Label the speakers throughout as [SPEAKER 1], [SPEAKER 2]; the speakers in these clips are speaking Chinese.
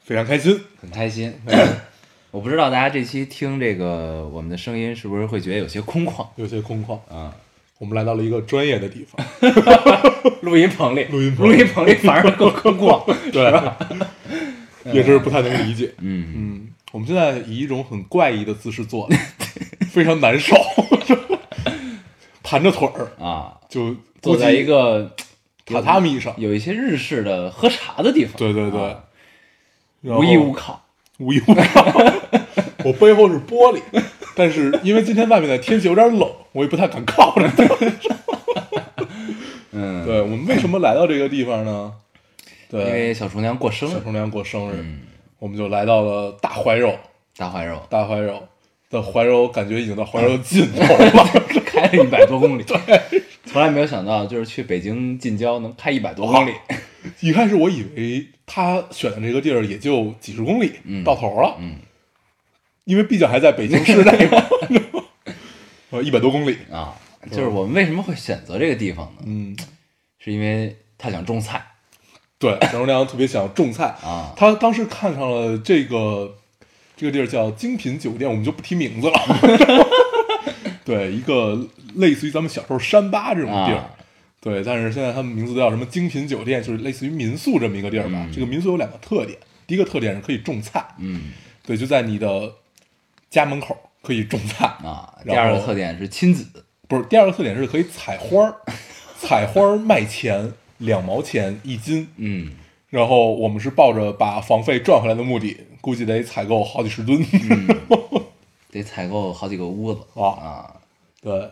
[SPEAKER 1] 非常开心。
[SPEAKER 2] 很开 心。我不知道大家这期听这个我们的声音是不是会觉得有些空旷
[SPEAKER 1] 有些空旷，
[SPEAKER 2] 啊？
[SPEAKER 1] 我们来到了一个专业的 地方，
[SPEAKER 2] 录音棚里，
[SPEAKER 1] 录音棚
[SPEAKER 2] 录音棚里反而更空旷。
[SPEAKER 1] 对，也是不太能理解。
[SPEAKER 2] 嗯，
[SPEAKER 1] 嗯，我们现在以一种很怪异的姿势 坐着，非常难受， 盘着腿儿
[SPEAKER 2] 啊，
[SPEAKER 1] 就
[SPEAKER 2] 坐在一
[SPEAKER 1] 个
[SPEAKER 2] 个
[SPEAKER 1] 榻榻米上，
[SPEAKER 2] 有一些日式的喝茶的地方，
[SPEAKER 1] 对对对
[SPEAKER 2] 啊，
[SPEAKER 1] 然后
[SPEAKER 2] 无依无靠。
[SPEAKER 1] 无依无靠。 我背后是玻璃，但是因为今天外面的天气有点冷，我也不太敢 靠着它。
[SPEAKER 2] 嗯，
[SPEAKER 1] 对我们为什么来到这个地方呢？对，
[SPEAKER 2] 因为小厨娘过生
[SPEAKER 1] 小
[SPEAKER 2] 日，
[SPEAKER 1] 厨娘过生日，
[SPEAKER 2] 嗯
[SPEAKER 1] 我们就来到了大怀柔，
[SPEAKER 2] 大怀柔
[SPEAKER 1] 大怀柔的怀柔感觉已经到怀柔的尽头 了。
[SPEAKER 2] 开了一百多 公里，从来没有想到就是去北京近郊能开一百多公里。
[SPEAKER 1] 一开始我以为他选的这个地儿也就几十公里、
[SPEAKER 2] 嗯
[SPEAKER 1] 到头了，
[SPEAKER 2] 嗯
[SPEAKER 1] 因为毕竟还在北京市 内嘛，呃，一百多公里。
[SPEAKER 2] 啊，就是我们为什么会选择这个地方呢？
[SPEAKER 1] 嗯，
[SPEAKER 2] 是因为他想种菜
[SPEAKER 1] 对，小厨娘特别想种菜，
[SPEAKER 2] 啊，
[SPEAKER 1] 她当时看上了这个这个地儿叫精品酒店，我们就不提 名字了。对，一个类似于咱们小时候山吧这种地儿，
[SPEAKER 2] 啊
[SPEAKER 1] 对，但是现在他们名字都叫什么精品酒店，就是类似于民宿这么一个地儿吧。
[SPEAKER 2] 嗯
[SPEAKER 1] 这个民宿有两个特点，第一个特点是可以种菜，
[SPEAKER 2] 嗯
[SPEAKER 1] 对，就在你的家门口可以种菜，
[SPEAKER 2] 啊。第
[SPEAKER 1] 然
[SPEAKER 2] 二个
[SPEAKER 1] 后
[SPEAKER 2] 特点是亲子，
[SPEAKER 1] 不是第二个特点是可以采花儿，采花儿卖钱两毛钱一斤，
[SPEAKER 2] 嗯，
[SPEAKER 1] 然后我们是抱着把房费赚回来的目的，估计得采购好几十吨。
[SPEAKER 2] 嗯得采购好几个屋子
[SPEAKER 1] 啊
[SPEAKER 2] 啊，
[SPEAKER 1] 对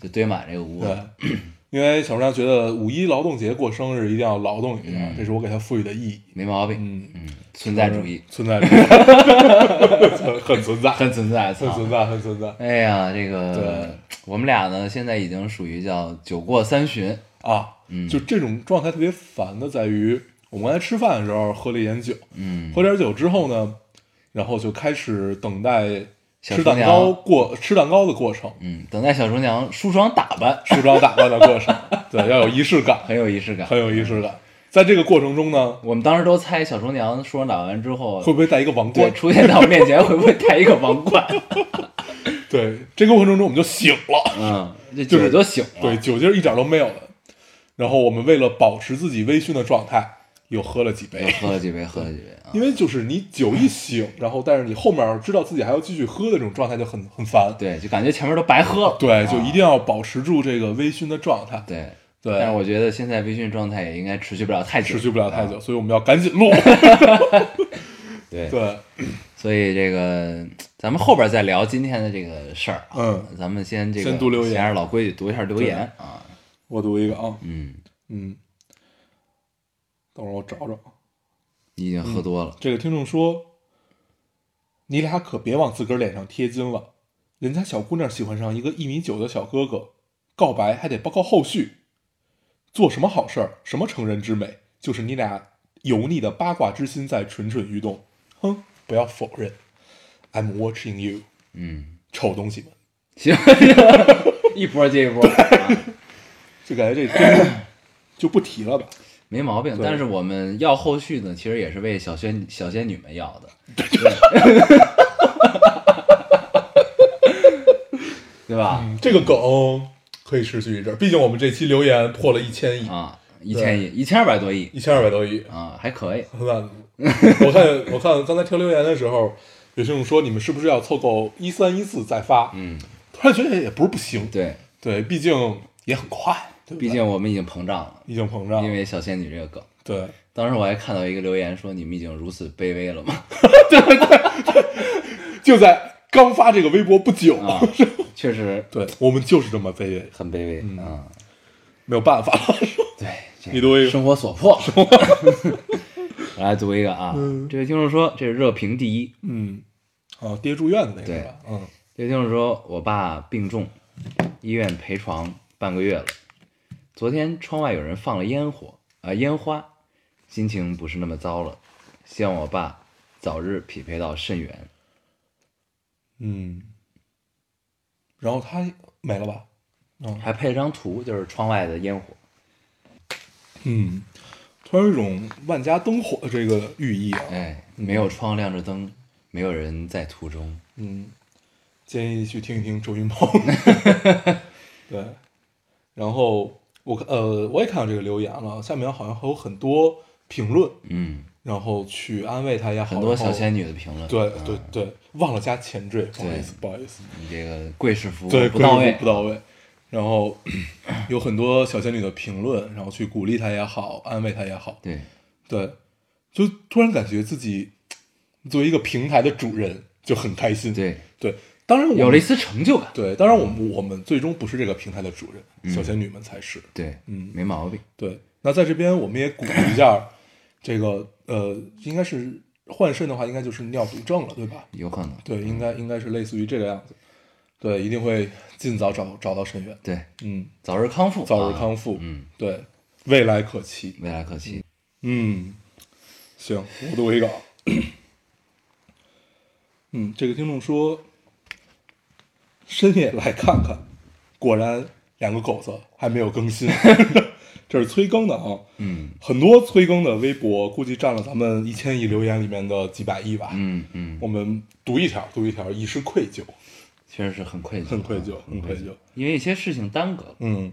[SPEAKER 2] 就堆满这个屋
[SPEAKER 1] 对
[SPEAKER 2] 子。，
[SPEAKER 1] 因为小张觉得五一劳动节过生日一定要劳动一下，
[SPEAKER 2] 嗯
[SPEAKER 1] 这是我给他赋予的意义。
[SPEAKER 2] 没毛病，
[SPEAKER 1] 嗯，
[SPEAKER 2] 嗯，存在主义，
[SPEAKER 1] 存 在主义，很存在， 很
[SPEAKER 2] 很存在，操
[SPEAKER 1] 存在，很存在
[SPEAKER 2] 哎呀，这个我们俩呢，现在已经属于叫酒过三巡，
[SPEAKER 1] 啊！
[SPEAKER 2] 嗯
[SPEAKER 1] 就这种状态特别烦的，在于我们刚才吃饭的时候喝了一点酒，
[SPEAKER 2] 嗯，
[SPEAKER 1] 喝点酒之后呢，然后就开始等待
[SPEAKER 2] 小
[SPEAKER 1] 吃
[SPEAKER 2] 厨
[SPEAKER 1] 蛋
[SPEAKER 2] 娘
[SPEAKER 1] 糕过吃蛋糕的过程，
[SPEAKER 2] 嗯，等待小厨娘梳妆打扮，
[SPEAKER 1] 梳妆打扮的过程，对，要有仪式感，
[SPEAKER 2] 很有仪式感。
[SPEAKER 1] 很有仪式感。在这个过程中呢，
[SPEAKER 2] 我们当时都猜小厨娘梳妆打扮之后，
[SPEAKER 1] 会不会戴一个王
[SPEAKER 2] 对
[SPEAKER 1] 冠？
[SPEAKER 2] 出现在我面前会不会戴一个王 冠？
[SPEAKER 1] 对，这个过程中我们就醒了，
[SPEAKER 2] 嗯，这
[SPEAKER 1] 就
[SPEAKER 2] 酒
[SPEAKER 1] 是
[SPEAKER 2] 就醒了。
[SPEAKER 1] 对，酒劲儿一点都没有了。然后我们为了保持自己微醺的状态，又喝了几杯，
[SPEAKER 2] 喝了几杯，喝了几杯啊！
[SPEAKER 1] 因为就是你酒一醒，然后但是你后面知道自己还要继续喝的这种状态就很很烦。
[SPEAKER 2] 对，就感觉前面都白喝了。
[SPEAKER 1] 对，就一定要保持住这个微醺的状态。
[SPEAKER 2] 对，
[SPEAKER 1] 对，
[SPEAKER 2] 但是我觉得现在微醺状态也应该持续不了太久，
[SPEAKER 1] 持续不了太久，所以我们要赶紧录。
[SPEAKER 2] 啊 对，
[SPEAKER 1] 对，
[SPEAKER 2] 所以这个咱们后边再聊今天的这个事儿啊。
[SPEAKER 1] 嗯，
[SPEAKER 2] 咱们先这个
[SPEAKER 1] 先读留言
[SPEAKER 2] 还是老规矩，读一下留言啊。
[SPEAKER 1] 我读一个啊，
[SPEAKER 2] 嗯，
[SPEAKER 1] 嗯，等会儿我找找。
[SPEAKER 2] 你已经喝多了，
[SPEAKER 1] 这个听众说：“你俩可别往自个儿脸上贴金了，人家小姑娘喜欢上一个一米九的小哥哥，告白还得报告后续，做什么好事儿，什么成人之美，就是你俩油腻的八卦之心在蠢蠢欲动。哼，不要否认，I'm watching you，
[SPEAKER 2] 嗯，
[SPEAKER 1] 臭东西们。
[SPEAKER 2] 行， 一波接一波，啊
[SPEAKER 1] 就感觉这真的就不提了吧。
[SPEAKER 2] 没毛病。
[SPEAKER 1] 对
[SPEAKER 2] 但是我们要后续呢，其实也是为小仙小仙女 们要的。对对吧？
[SPEAKER 1] 嗯，这个梗可以持续一阵儿，毕竟我们这期留言破了一千亿，
[SPEAKER 2] 啊，一千亿，一千二百多亿
[SPEAKER 1] 一千二百多亿。
[SPEAKER 2] 啊，还可 以。
[SPEAKER 1] 很晚，我看我看刚才听留言的时候，有听众说你们是不是要凑够一三一四再发？
[SPEAKER 2] 嗯，
[SPEAKER 1] 突然觉得也不是不行，
[SPEAKER 2] 对，
[SPEAKER 1] 对，毕竟也很快，对不对
[SPEAKER 2] 毕竟我们已经膨胀了，
[SPEAKER 1] 已经膨胀，
[SPEAKER 2] 因为小仙女这个梗。
[SPEAKER 1] 对，
[SPEAKER 2] 当时我还看到一个留言说：“你们已经如此卑微了 吗
[SPEAKER 1] 就在刚发这个微博不久，？”
[SPEAKER 2] 啊，确实
[SPEAKER 1] 对我们就是这么卑微，
[SPEAKER 2] 很卑微啊。
[SPEAKER 1] 没有办法了。
[SPEAKER 2] 对，这
[SPEAKER 1] 你读一个
[SPEAKER 2] 生活所迫。我 来读一个啊，
[SPEAKER 1] 嗯
[SPEAKER 2] 这位听众说这是热评第一，
[SPEAKER 1] 嗯，哦，爹住院的那个是吧，嗯
[SPEAKER 2] 这位听众说我爸病重，医院陪床半个月了，昨天窗外有人放了烟火啊、呃烟花，心情不是那么糟了，希望我爸早日匹配到肾源。
[SPEAKER 1] 嗯，然后他没了吧？嗯
[SPEAKER 2] 还配了张图，就是窗外的烟火。
[SPEAKER 1] 嗯，突然有一种万家灯火的这个寓意啊，
[SPEAKER 2] 哎，没有窗，亮着灯，没有人在途中。
[SPEAKER 1] 嗯，建议去听一听周云鹏。 对，然后我看呃我也看到这个留言了，下面好像还有很多评论，
[SPEAKER 2] 嗯，
[SPEAKER 1] 然后去安慰他也好，
[SPEAKER 2] 很多
[SPEAKER 1] 然后
[SPEAKER 2] 小仙女的评论。
[SPEAKER 1] 对
[SPEAKER 2] 嗯
[SPEAKER 1] 对，对，忘了加前缀，不好意思不好意思，
[SPEAKER 2] 你嗯这个贵式服务
[SPEAKER 1] 对
[SPEAKER 2] 不到位
[SPEAKER 1] 不。到位。然后 有很多小仙女的评论，然后去鼓励他也好，安慰他也好，
[SPEAKER 2] 对，
[SPEAKER 1] 对，就突然感觉自己作为一个平台的主人就很开心。
[SPEAKER 2] 对
[SPEAKER 1] 对，当然我
[SPEAKER 2] 有了一
[SPEAKER 1] 们
[SPEAKER 2] 丝成就感。
[SPEAKER 1] 对，当然我们我们最终不是这个平台的主人，
[SPEAKER 2] 嗯
[SPEAKER 1] 小仙女们才是。
[SPEAKER 2] 对，
[SPEAKER 1] 嗯
[SPEAKER 2] 没毛病。
[SPEAKER 1] 对，那在这边我们也鼓励一下这个呃，应该是换肾的话，应该就是尿毒症了，对吧？
[SPEAKER 2] 有可能。
[SPEAKER 1] 对，应该应该是类似于这个样子。对，一定会尽早找找到肾源。
[SPEAKER 2] 对，
[SPEAKER 1] 嗯，
[SPEAKER 2] 早日康复，
[SPEAKER 1] 早日
[SPEAKER 2] 啊
[SPEAKER 1] 康复。
[SPEAKER 2] 嗯，
[SPEAKER 1] 对，未来可期。
[SPEAKER 2] 未来可期。
[SPEAKER 1] 嗯，行，我读一个啊。 嗯，这个听众说，深夜来看看，果然两个狗子还没有更新， 这是催更的啊。
[SPEAKER 2] 嗯
[SPEAKER 1] 很多催更的微博估计占了咱们一千亿留言里面的几百亿吧。
[SPEAKER 2] 嗯嗯，
[SPEAKER 1] 我们读一条，读一条，以示愧疚。
[SPEAKER 2] 确实是很愧疚，
[SPEAKER 1] 很愧疚
[SPEAKER 2] 啊
[SPEAKER 1] 很
[SPEAKER 2] 很
[SPEAKER 1] 愧
[SPEAKER 2] 愧
[SPEAKER 1] 疚，
[SPEAKER 2] 因为一些事情耽搁了。
[SPEAKER 1] 嗯，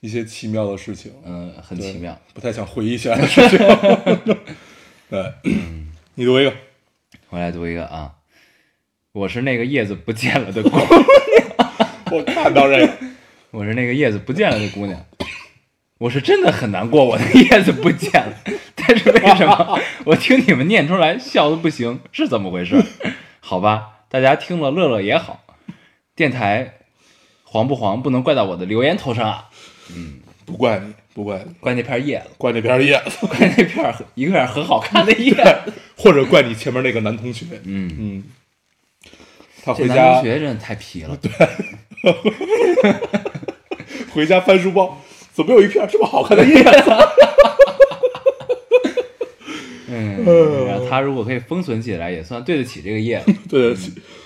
[SPEAKER 1] 一些奇妙的事情，
[SPEAKER 2] 嗯，很
[SPEAKER 1] 对
[SPEAKER 2] 奇妙。，
[SPEAKER 1] 不太想回忆起来的事情。 对，你读一个。
[SPEAKER 2] 我来读一个啊，我是那个叶子不见了的姑
[SPEAKER 1] 我看到这个，
[SPEAKER 2] 我是那个叶子不见了的姑娘，我是真的很难过，我的叶子不见了。 但是为什 么我听你们念出来笑的不行，是怎么回事？好吧，大家听了乐乐也好，电台黄不黄不能怪到我的留言头上啊，
[SPEAKER 1] 不怪你，不怪你，
[SPEAKER 2] 怪那片叶子，
[SPEAKER 1] 怪那边叶子，
[SPEAKER 2] 怪那片儿一个片儿很好看的叶子。
[SPEAKER 1] 或者怪你前面那个男同学。
[SPEAKER 2] 嗯，
[SPEAKER 1] 嗯，他
[SPEAKER 2] 这
[SPEAKER 1] 回
[SPEAKER 2] 男
[SPEAKER 1] 家
[SPEAKER 2] 同学真的太皮了，
[SPEAKER 1] 回家翻书包，怎么有一片这么好看的叶 子？
[SPEAKER 2] 嗯，然后他如果可以封存起来，也算对得起这个叶 子。
[SPEAKER 1] 对，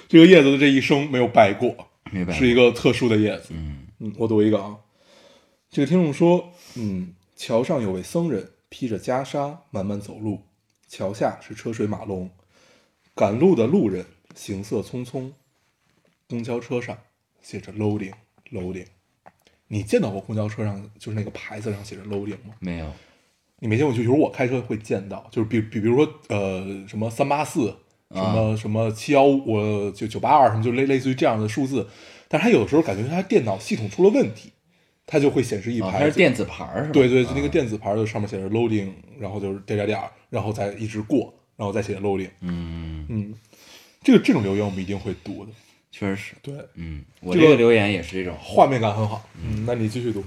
[SPEAKER 1] 这个叶子的这一生没有白过，
[SPEAKER 2] 明白？
[SPEAKER 1] 是一
[SPEAKER 2] 个
[SPEAKER 1] 个特殊的叶子。嗯，我读一个啊，这个听众说，嗯，桥上有位僧人披着袈裟慢慢走路，桥下是车水马龙，赶路的路人行色匆匆，公交车上写着 “loading loading”。你见到过公交车上就是那个牌子上写着 “loading” 吗？
[SPEAKER 2] 没有，
[SPEAKER 1] 你没见过，就有时候我开车会见到，就是比比比如说呃什么三八四，什
[SPEAKER 2] 啊
[SPEAKER 1] 么什么七幺五，就九八二什么，就类类似于这样的数字，但是它有时候感觉它电脑系统出了问题，它就会显示一
[SPEAKER 2] 哦，
[SPEAKER 1] 排，
[SPEAKER 2] 它是电子牌儿啊是吧？
[SPEAKER 1] 对对，就那个电子牌就上面写着 loading，然后就是点点点儿，然后再一直过，然后再写 loading，
[SPEAKER 2] 嗯，
[SPEAKER 1] 嗯，这个这种留言我们一定会读的，
[SPEAKER 2] 确实是。
[SPEAKER 1] 对，
[SPEAKER 2] 嗯，我
[SPEAKER 1] 这
[SPEAKER 2] 这
[SPEAKER 1] 个
[SPEAKER 2] 个留言也是这种，
[SPEAKER 1] 画面感很好，嗯，那你继续读，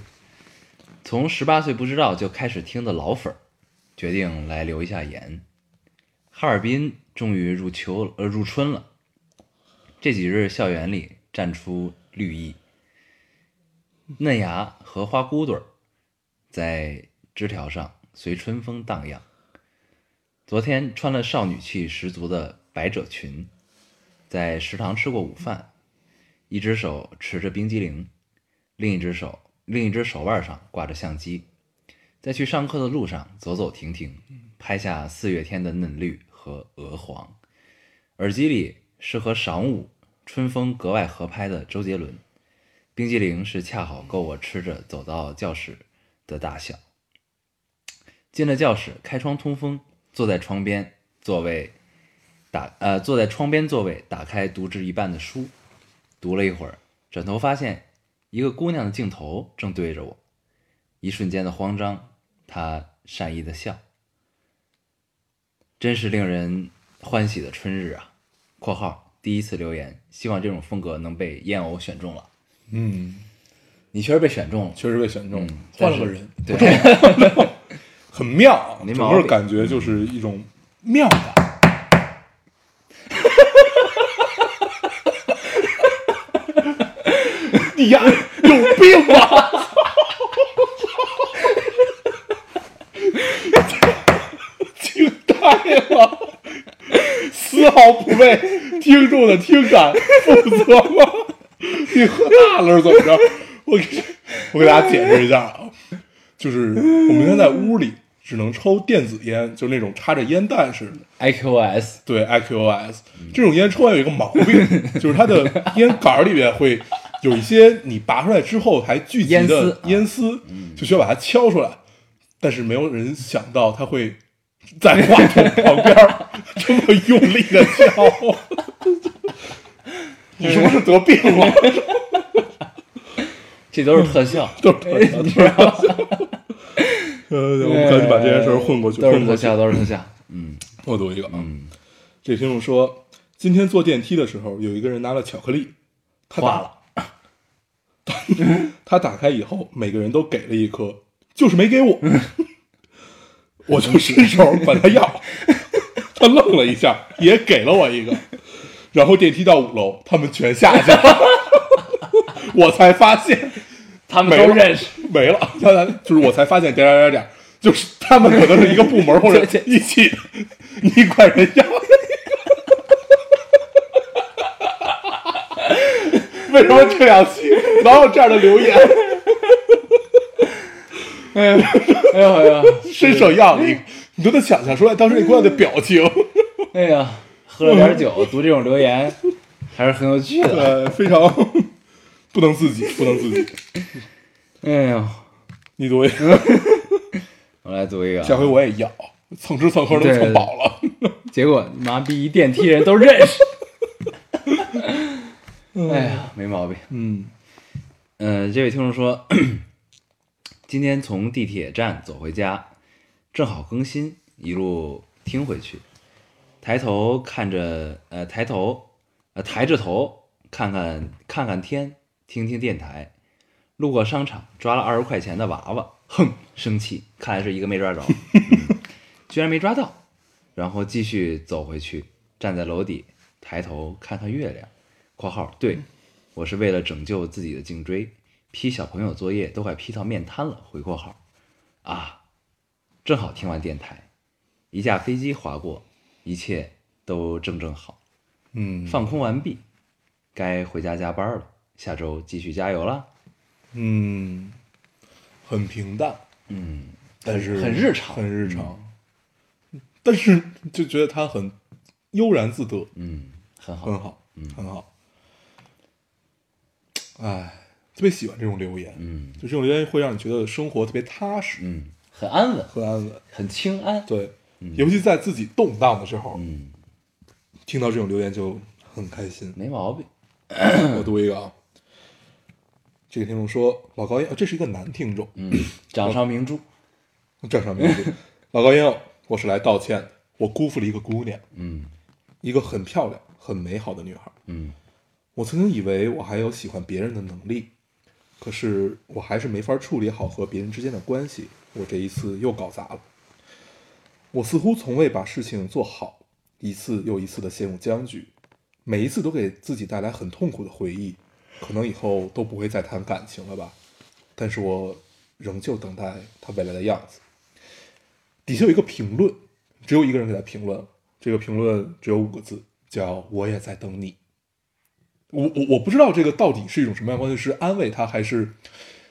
[SPEAKER 2] 从十八岁不知道就开始听的老粉儿，决定来留一下言。哈尔滨终于入秋了，呃，入春了。这几日校园里绽出绿意，嫩芽和花骨朵儿在枝条上随春风荡漾。昨天穿了少女气十足的百褶裙，在食堂吃过午饭，一只手持着冰激凌，另一只手另一只手腕上挂着相机，在去上课的路上走走停停，拍下四月天的嫩绿和鹅黄。耳机里是和晌午春风格外合拍的周杰伦，冰激凌是恰好够我吃着走到教室的大小。进了教室，开窗通风，坐在窗边座位打呃坐在窗边座位，打开读至一半的书，读了一会儿，转头发现一个姑娘的镜头正对着我，一瞬间的慌张，她善意的笑，真是令人欢喜的春日啊！（括号第一次留言，希望这种风格能被燕偶选中了。
[SPEAKER 1] 嗯，
[SPEAKER 2] 你确实被选中了，
[SPEAKER 1] 确实被选中，
[SPEAKER 2] 嗯
[SPEAKER 1] 换
[SPEAKER 2] 但
[SPEAKER 1] 了个
[SPEAKER 2] 是
[SPEAKER 1] 人，
[SPEAKER 2] 对，
[SPEAKER 1] 很妙啊，
[SPEAKER 2] 没
[SPEAKER 1] 整
[SPEAKER 2] 毛病
[SPEAKER 1] 个感觉就是一种妙感。 你呀，有病吧？惊呆了，丝毫不为听众的听感负责吗？你喝大了是怎么着？我给我给大家解释一下啊，就是我们现在在屋里只能抽电子烟，就那种插着烟弹似的。
[SPEAKER 2] IQOS
[SPEAKER 1] 对 IQOS
[SPEAKER 2] 嗯
[SPEAKER 1] 这种烟抽完有一个毛病，就是它的烟杆儿里面会有一些你拔出来之后还聚集
[SPEAKER 2] 烟丝啊嗯
[SPEAKER 1] 的烟丝，就需要把它敲出来。但是没有人想到它会在话筒旁边儿这么用力的敲。你是不是得病了？
[SPEAKER 2] 这都是特效，
[SPEAKER 1] 都是特
[SPEAKER 2] 哎
[SPEAKER 1] 效，都是特效。 呃，
[SPEAKER 2] 嗯
[SPEAKER 1] 我们赶紧把这件事儿混过去，
[SPEAKER 2] 都是
[SPEAKER 1] 混过
[SPEAKER 2] 特
[SPEAKER 1] 去。
[SPEAKER 2] 效，都是特 效。嗯
[SPEAKER 1] 我读一个啊，
[SPEAKER 2] 嗯，
[SPEAKER 1] 这听众说，今天坐电梯的时候，有一个人拿了巧克力，他
[SPEAKER 2] 化
[SPEAKER 1] 打
[SPEAKER 2] 了，
[SPEAKER 1] 他打开以后，每个人都给了一颗，就是没 给我，我就伸手管他 要，他愣了一下，也给了我一个，然后电梯到五楼，他们全下去 了，我才发现
[SPEAKER 2] 他们
[SPEAKER 1] 没了
[SPEAKER 2] 都认识。
[SPEAKER 1] 没了， 他才就是我才发现点点点点，就是他们可能是一个部门或者
[SPEAKER 2] 对
[SPEAKER 1] 一起，你管人要。 为什么这两期老有这样的留言？
[SPEAKER 2] 哎呦哎呦哎呦，
[SPEAKER 1] 伸手要你，你都能想象出来当时那姑娘的表情，
[SPEAKER 2] 哎呀，喝了点酒，读这种留言还是很有趣的。
[SPEAKER 1] 对，非常不能自己，不能自己。
[SPEAKER 2] 哎呦，
[SPEAKER 1] 你读一个，
[SPEAKER 2] 我来读一个啊，
[SPEAKER 1] 下回我也要，蹭吃蹭喝都
[SPEAKER 2] 对
[SPEAKER 1] 蹭饱了。
[SPEAKER 2] 结果妈逼一电梯人都认识。哎呀，没毛病。
[SPEAKER 1] 嗯
[SPEAKER 2] 嗯，这位听众说， 今天从地铁站走回家，正好更新，一路听回去，抬头看着，呃，抬头，呃，抬着头看看看看天，听听电台，路过商场抓了二十块钱的娃娃，哼，生气，看来是一个没抓着，嗯、居然没抓到，然后继续走回去，站在楼底抬头看看月亮（括号对）。我是为了拯救自己的颈椎，批小朋友作业都快批到面瘫了。回括号，啊，正好听完电台，一架飞机划过，一切都正正好。
[SPEAKER 1] 嗯
[SPEAKER 2] 放空完毕，该回家加班了。下周继续加油啦！
[SPEAKER 1] 嗯，很平淡。
[SPEAKER 2] 嗯，
[SPEAKER 1] 但是
[SPEAKER 2] 很日常
[SPEAKER 1] 很日常。但是就觉得他很悠然自得，
[SPEAKER 2] 嗯，很好。
[SPEAKER 1] 很好，很好。哎，特别喜欢这种留言，
[SPEAKER 2] 嗯
[SPEAKER 1] 就这种留言会让你觉得生活特别踏实、
[SPEAKER 2] 嗯，很安稳，
[SPEAKER 1] 很安稳。
[SPEAKER 2] 很清安。
[SPEAKER 1] 对，尤其在自己动荡的时候，
[SPEAKER 2] 嗯，
[SPEAKER 1] 听到这种留言就很开心。
[SPEAKER 2] 没毛病。
[SPEAKER 1] 我读一个啊，这个听众说：“老高烟，哎这是一个男听众，
[SPEAKER 2] 嗯，掌上明珠。
[SPEAKER 1] 正常名
[SPEAKER 2] 嗯
[SPEAKER 1] 字。 老高烟友，我是来道歉的，我辜负了一个姑娘。
[SPEAKER 2] 嗯
[SPEAKER 1] 一个很漂亮、很美好的女孩。
[SPEAKER 2] 嗯
[SPEAKER 1] 我曾经以为我还有喜欢别人的能力，可是我还是没法处理好和别人之间的关系。我这一次又搞砸了。我似乎从未把事情做好，一次又一次的陷入僵局，每一次都给自己带来很痛苦的回忆。可能以后都不会再谈感情了吧，但是我仍旧等待他未来的样子。底下有一个评论，只有一个人给他评论，这个评论只有五个字，叫“我也在等你”。我我我不知道这个到底是一种什么样的关系，是安慰他还是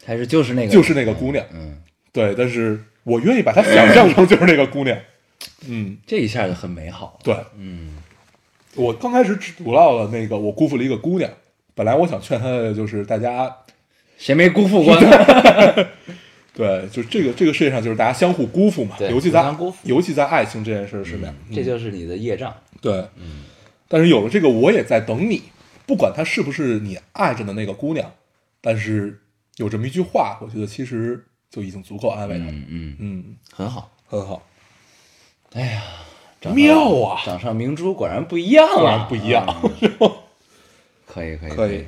[SPEAKER 2] 还是就是那个，
[SPEAKER 1] 就是那个姑娘？
[SPEAKER 2] 嗯，
[SPEAKER 1] 对，但是我愿意把她想象成就是那个姑娘。嗯，
[SPEAKER 2] 这一下就很美好了。
[SPEAKER 1] 对
[SPEAKER 2] 嗯
[SPEAKER 1] 我刚开始只读到了那个我辜负了一个姑娘，本来我想劝她的就是大家
[SPEAKER 2] 谁没辜负过呢？
[SPEAKER 1] 对，就这个这个世界上就是大家相互辜负嘛，
[SPEAKER 2] 对
[SPEAKER 1] 尤其
[SPEAKER 2] 互
[SPEAKER 1] 在
[SPEAKER 2] 相辜负嗯
[SPEAKER 1] 尤其在爱情这件事是那样，
[SPEAKER 2] 这就是你的业障。
[SPEAKER 1] 对，但是有了这个，我也在等你，不管她是不是你爱着的那个姑娘，但是有这么一句话，我觉得其实就已经足够安慰她了，
[SPEAKER 2] 嗯嗯，
[SPEAKER 1] 嗯，
[SPEAKER 2] 很好。
[SPEAKER 1] 很好，
[SPEAKER 2] 哎呀，掌上
[SPEAKER 1] 妙啊
[SPEAKER 2] 掌上明珠果然不一样啊，
[SPEAKER 1] 果然不一样
[SPEAKER 2] 嗯。可以可以
[SPEAKER 1] 可以
[SPEAKER 2] 以，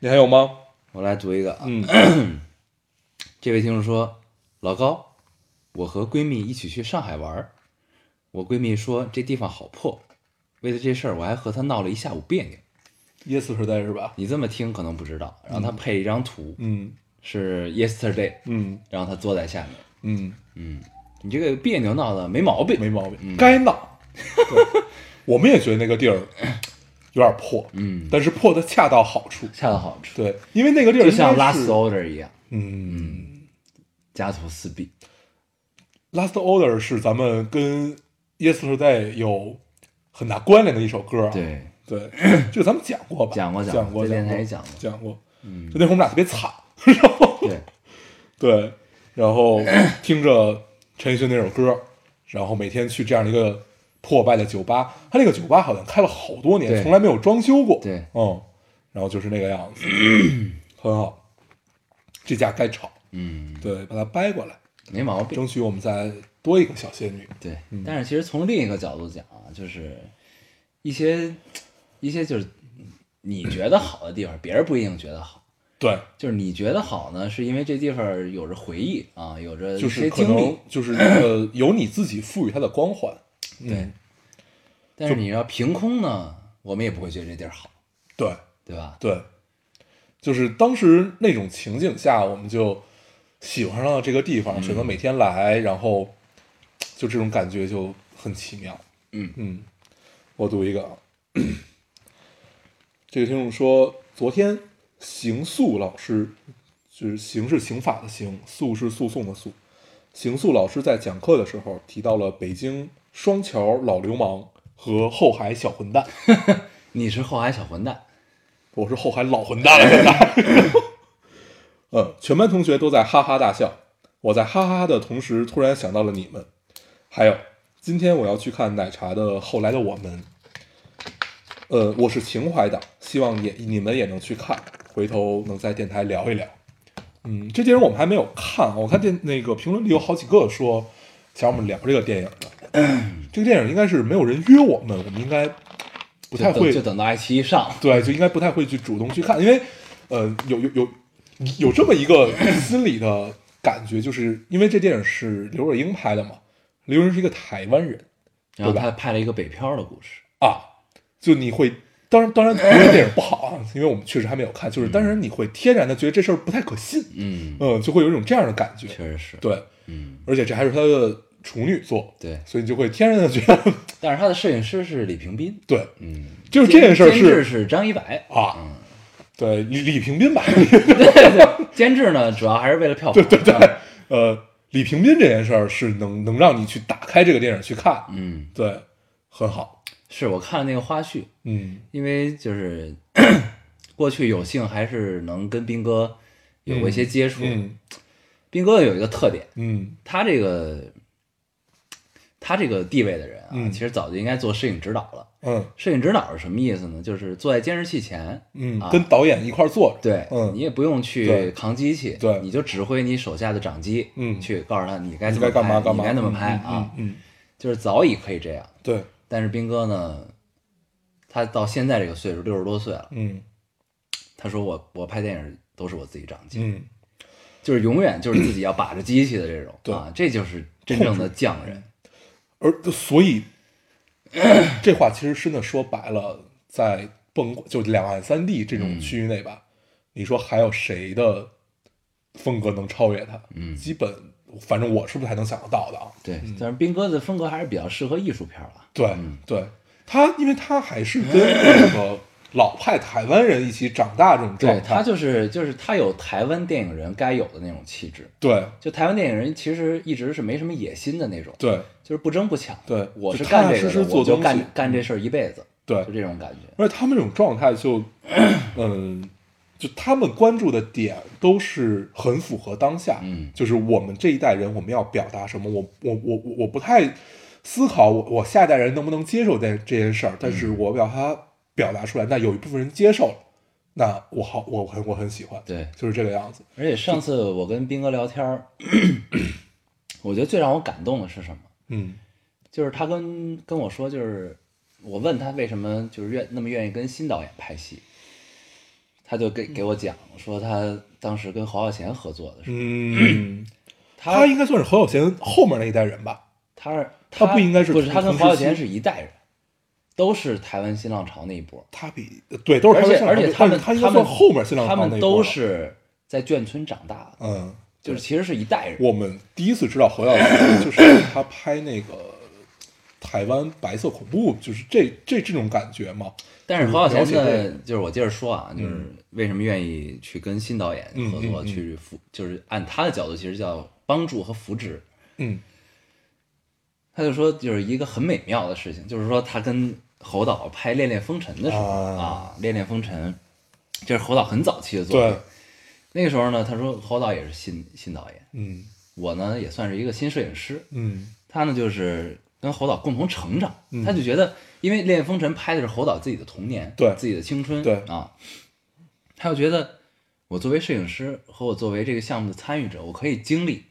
[SPEAKER 1] 你还有吗？
[SPEAKER 2] 我来读一个啊。
[SPEAKER 1] 嗯
[SPEAKER 2] 这位听众说：“老高，我和闺蜜一起去上海玩儿。我闺蜜说这地方好破，为了这事儿我还和她闹了一下午别扭。
[SPEAKER 1] ，yes 时代是吧？
[SPEAKER 2] 你这么听可能不知道，然后她配一张图、
[SPEAKER 1] 嗯
[SPEAKER 2] 是 yesterday，
[SPEAKER 1] 嗯
[SPEAKER 2] 然后她坐在下面。
[SPEAKER 1] 嗯，
[SPEAKER 2] 嗯，你这个别扭闹的没毛病，
[SPEAKER 1] 没毛病，该闹。对我们也觉得那个地儿有点破，
[SPEAKER 2] 嗯，
[SPEAKER 1] 但是破的恰到好处。
[SPEAKER 2] 恰到好处，
[SPEAKER 1] 对，因为那个地儿
[SPEAKER 2] 就像
[SPEAKER 1] 应该
[SPEAKER 2] last
[SPEAKER 1] 是
[SPEAKER 2] order 一样，
[SPEAKER 1] 嗯
[SPEAKER 2] 家徒四壁。
[SPEAKER 1] ，Last Order 是咱们跟 Yes 时代有很大关联的一首歌啊。
[SPEAKER 2] 对，
[SPEAKER 1] 对， 这个咱们讲过吧？
[SPEAKER 2] 讲过
[SPEAKER 1] 讲过，
[SPEAKER 2] 在电台也
[SPEAKER 1] 讲
[SPEAKER 2] 讲过。
[SPEAKER 1] 讲过。
[SPEAKER 2] 嗯
[SPEAKER 1] 就，那会儿我们俩特别惨，然后
[SPEAKER 2] 对，
[SPEAKER 1] 对，然 后听着陈奕迅那首歌，然后每天去这样的一个破败的酒吧，他那个酒吧好像开了好多年，
[SPEAKER 2] 对
[SPEAKER 1] 从来没有装修过。
[SPEAKER 2] 对
[SPEAKER 1] 嗯，然后就是那 个样子，很好。这架该炒，
[SPEAKER 2] 嗯，
[SPEAKER 1] 对，把它掰过来，
[SPEAKER 2] 没毛病。
[SPEAKER 1] 争取我们再多一个小仙女。
[SPEAKER 2] 对，但是其实从另一个角度讲啊，就是一些一些就是你觉得好的地方，别人不一定觉得好。
[SPEAKER 1] 对，
[SPEAKER 2] 就是你觉得好呢，是因为这地方有着回忆啊，有着
[SPEAKER 1] 就
[SPEAKER 2] 一
[SPEAKER 1] 是
[SPEAKER 2] 些
[SPEAKER 1] 可
[SPEAKER 2] 经历
[SPEAKER 1] 能。就是呃，由你自己赋予它的光环。
[SPEAKER 2] 对，但是你要凭空呢，我们也不会觉得这地儿好，
[SPEAKER 1] 对，
[SPEAKER 2] 对吧？
[SPEAKER 1] 对，就是当时那种情景下，我们就喜欢上了这个地方，选择每天来，然后就这种感觉就很奇妙。
[SPEAKER 2] 嗯
[SPEAKER 1] 嗯，我读一个啊，这个听众说，昨天邢素老师，就是刑是刑法的刑，诉是诉讼的诉，邢素老师在讲课的时候提到了北京双桥老流氓和后海小混蛋。
[SPEAKER 2] 你是后海小混蛋，
[SPEAKER 1] 我是后海老混 蛋了，现在。嗯，全班同学都在哈哈大笑，我在哈哈的同时，突然想到了你们。还有，今天我要去看奶茶的《后来的我们》。呃，我是情怀党，希望也你们也能去看，回头能在电台聊一聊。嗯，这电影我们还没有看，我看电那个评论里有好几个说想让我们聊这个电影的。这个电影应该是没有人约我们，我们应该不
[SPEAKER 2] 不
[SPEAKER 1] 太会
[SPEAKER 2] 就等到爱奇艺上。
[SPEAKER 1] 对，就应该不太会去主动去看，因为，呃，有有有有这么一个心理的感觉，就是因为这电影是刘若英拍的嘛，刘若英是一个台湾人
[SPEAKER 2] 然后
[SPEAKER 1] 对吧
[SPEAKER 2] 他拍了一个北漂的故事，
[SPEAKER 1] 啊，就你会，当然当然不是说电影不好啊，因为我们确实还没有看，就是当然你会天然的觉得这事儿不太可信，
[SPEAKER 2] 嗯，
[SPEAKER 1] 嗯，就会有一种这样的感觉，
[SPEAKER 2] 确实是，
[SPEAKER 1] 对，
[SPEAKER 2] 嗯，
[SPEAKER 1] 而且这还是他的处女作，
[SPEAKER 2] 对。
[SPEAKER 1] 所以你就会天然的觉得，
[SPEAKER 2] 但是他的摄影师是李平斌，
[SPEAKER 1] 对，
[SPEAKER 2] 嗯，
[SPEAKER 1] 就是这件事儿
[SPEAKER 2] 监监制
[SPEAKER 1] 是
[SPEAKER 2] 是张一 白，
[SPEAKER 1] 啊，对，李李平斌吧。
[SPEAKER 2] 监制呢主要还是为了票房，啊对对对，
[SPEAKER 1] 呃，李平斌这件事儿是能能让你去打开这个电影去看，
[SPEAKER 2] 嗯，
[SPEAKER 1] 对，很好，
[SPEAKER 2] 是我看了那个花絮，
[SPEAKER 1] 嗯
[SPEAKER 2] 因为就是 过去有幸还是能跟斌哥有过一些接触，
[SPEAKER 1] 嗯
[SPEAKER 2] 斌哥有一个特点，
[SPEAKER 1] 嗯
[SPEAKER 2] 他这个他这个地位的人啊，
[SPEAKER 1] 嗯
[SPEAKER 2] 其实早就应该做摄影指导了。
[SPEAKER 1] 嗯
[SPEAKER 2] 摄影指导是什么意思呢？就是坐在监视器前，啊
[SPEAKER 1] 嗯，跟导演一块儿坐着，
[SPEAKER 2] 对，
[SPEAKER 1] 嗯
[SPEAKER 2] 你也不用去
[SPEAKER 1] 对
[SPEAKER 2] 扛机器，
[SPEAKER 1] 对
[SPEAKER 2] 你就指挥你手下的掌机，
[SPEAKER 1] 嗯
[SPEAKER 2] 去告诉他你该
[SPEAKER 1] 你
[SPEAKER 2] 怎么
[SPEAKER 1] 该干
[SPEAKER 2] 拍
[SPEAKER 1] 嘛干嘛，
[SPEAKER 2] 你该怎么
[SPEAKER 1] 嗯
[SPEAKER 2] 拍
[SPEAKER 1] 嗯
[SPEAKER 2] 啊，
[SPEAKER 1] 嗯，嗯
[SPEAKER 2] 就是早已可以这样。
[SPEAKER 1] 对，
[SPEAKER 2] 但是斌哥呢，他到现在这个岁数，六十多岁了，
[SPEAKER 1] 嗯
[SPEAKER 2] 他说我我拍电影都是我自己掌机，
[SPEAKER 1] 嗯，
[SPEAKER 2] 就是永远就是自己要把着机器的这种，
[SPEAKER 1] 对嗯
[SPEAKER 2] 啊，这就是真正的匠人，
[SPEAKER 1] 而所以这话其实真的说白了，在甭就两岸三地这
[SPEAKER 2] 嗯
[SPEAKER 1] 种区域内吧，你说还有谁的风格能超越他？嗯，基本反正我是不太能想得到的啊，
[SPEAKER 2] 对。但是斌哥的风格还是比较适合艺术片儿了，
[SPEAKER 1] 对、对，他因为他还是跟那个老派台湾人一起长大这种状
[SPEAKER 2] 对
[SPEAKER 1] 态，
[SPEAKER 2] 哦他就是就是他有台湾电影人该有的那种气质，
[SPEAKER 1] 对
[SPEAKER 2] 就台湾电影人其实一直是没什么野心的那种，
[SPEAKER 1] 对
[SPEAKER 2] 就是不争不抢。
[SPEAKER 1] 对
[SPEAKER 2] 我是
[SPEAKER 1] 就
[SPEAKER 2] 干
[SPEAKER 1] 踏踏
[SPEAKER 2] 这个
[SPEAKER 1] 实实
[SPEAKER 2] 的，
[SPEAKER 1] 做
[SPEAKER 2] 我就
[SPEAKER 1] 东西嗯
[SPEAKER 2] 干干这事儿一辈子，
[SPEAKER 1] 对
[SPEAKER 2] 就，这种感觉。
[SPEAKER 1] 而且他们这种状态就，嗯，就他们关注的点都是很符合当下，
[SPEAKER 2] 嗯
[SPEAKER 1] 就是我们这一代人我们要表达什么，我我我我我不太思考我我下一代人能不能接受这这件事儿，但是
[SPEAKER 2] 嗯
[SPEAKER 1] 我把它表达出来，那有一部分人接受了，那我好我很我很喜欢，
[SPEAKER 2] 对，
[SPEAKER 1] 就是这个样子，
[SPEAKER 2] 而且上次我跟斌哥聊天儿， 我觉得最让我感动的是什么？
[SPEAKER 1] 嗯
[SPEAKER 2] 就是他跟跟我说，就是我问他为什么就是愿那么愿意跟新导演拍戏，他就给给我讲说他当时跟侯孝贤合作的时候，
[SPEAKER 1] 嗯。他
[SPEAKER 2] 他
[SPEAKER 1] 应该算是侯小贤后面那一代人吧？
[SPEAKER 2] 他是
[SPEAKER 1] 他不应该是
[SPEAKER 2] 不是
[SPEAKER 1] 同
[SPEAKER 2] 他跟
[SPEAKER 1] 同
[SPEAKER 2] 黄
[SPEAKER 1] 时
[SPEAKER 2] 小贤
[SPEAKER 1] 期
[SPEAKER 2] 是一代人，都是台湾新浪潮那一波。
[SPEAKER 1] 他比对都是
[SPEAKER 2] 而
[SPEAKER 1] 他
[SPEAKER 2] 且
[SPEAKER 1] 们上
[SPEAKER 2] 而且
[SPEAKER 1] 他
[SPEAKER 2] 们
[SPEAKER 1] 他应
[SPEAKER 2] 他
[SPEAKER 1] 该
[SPEAKER 2] 们
[SPEAKER 1] 算后面新浪潮
[SPEAKER 2] 他
[SPEAKER 1] 那
[SPEAKER 2] 们
[SPEAKER 1] 一波
[SPEAKER 2] 都
[SPEAKER 1] 了
[SPEAKER 2] 是在眷村长大的，
[SPEAKER 1] 嗯，
[SPEAKER 2] 就是其实是一代人。
[SPEAKER 1] 我们第一次知道侯耀贤就是他拍那个台湾白色恐怖，就是这这这种感觉嘛。
[SPEAKER 2] 但是黄晓
[SPEAKER 1] 了
[SPEAKER 2] 贤
[SPEAKER 1] 解这
[SPEAKER 2] 呢，就是我接着说啊，就是为什么愿意去跟新导演合
[SPEAKER 1] 嗯嗯
[SPEAKER 2] 作，
[SPEAKER 1] 嗯
[SPEAKER 2] 去扶，就是按他的角度，其实叫帮助和扶植。
[SPEAKER 1] 嗯
[SPEAKER 2] 他就说，就是一个很美妙的事情，就是说他跟侯导拍《恋恋风尘》的时候
[SPEAKER 1] 啊
[SPEAKER 2] 啊，《恋恋风尘》这是侯导很早期的作品
[SPEAKER 1] 对。
[SPEAKER 2] 那个时候呢，他说侯导也是新新导演，
[SPEAKER 1] 嗯
[SPEAKER 2] 我呢也算是一个新摄影师，
[SPEAKER 1] 嗯
[SPEAKER 2] 他呢就是跟侯导共同成长，他就觉得，因为《恋风尘》拍的是侯导自己的童年，
[SPEAKER 1] 对
[SPEAKER 2] 自己的青春，
[SPEAKER 1] 对
[SPEAKER 2] 啊，他就觉得我作为摄影师和我作为这个项目的参与者，我可以经历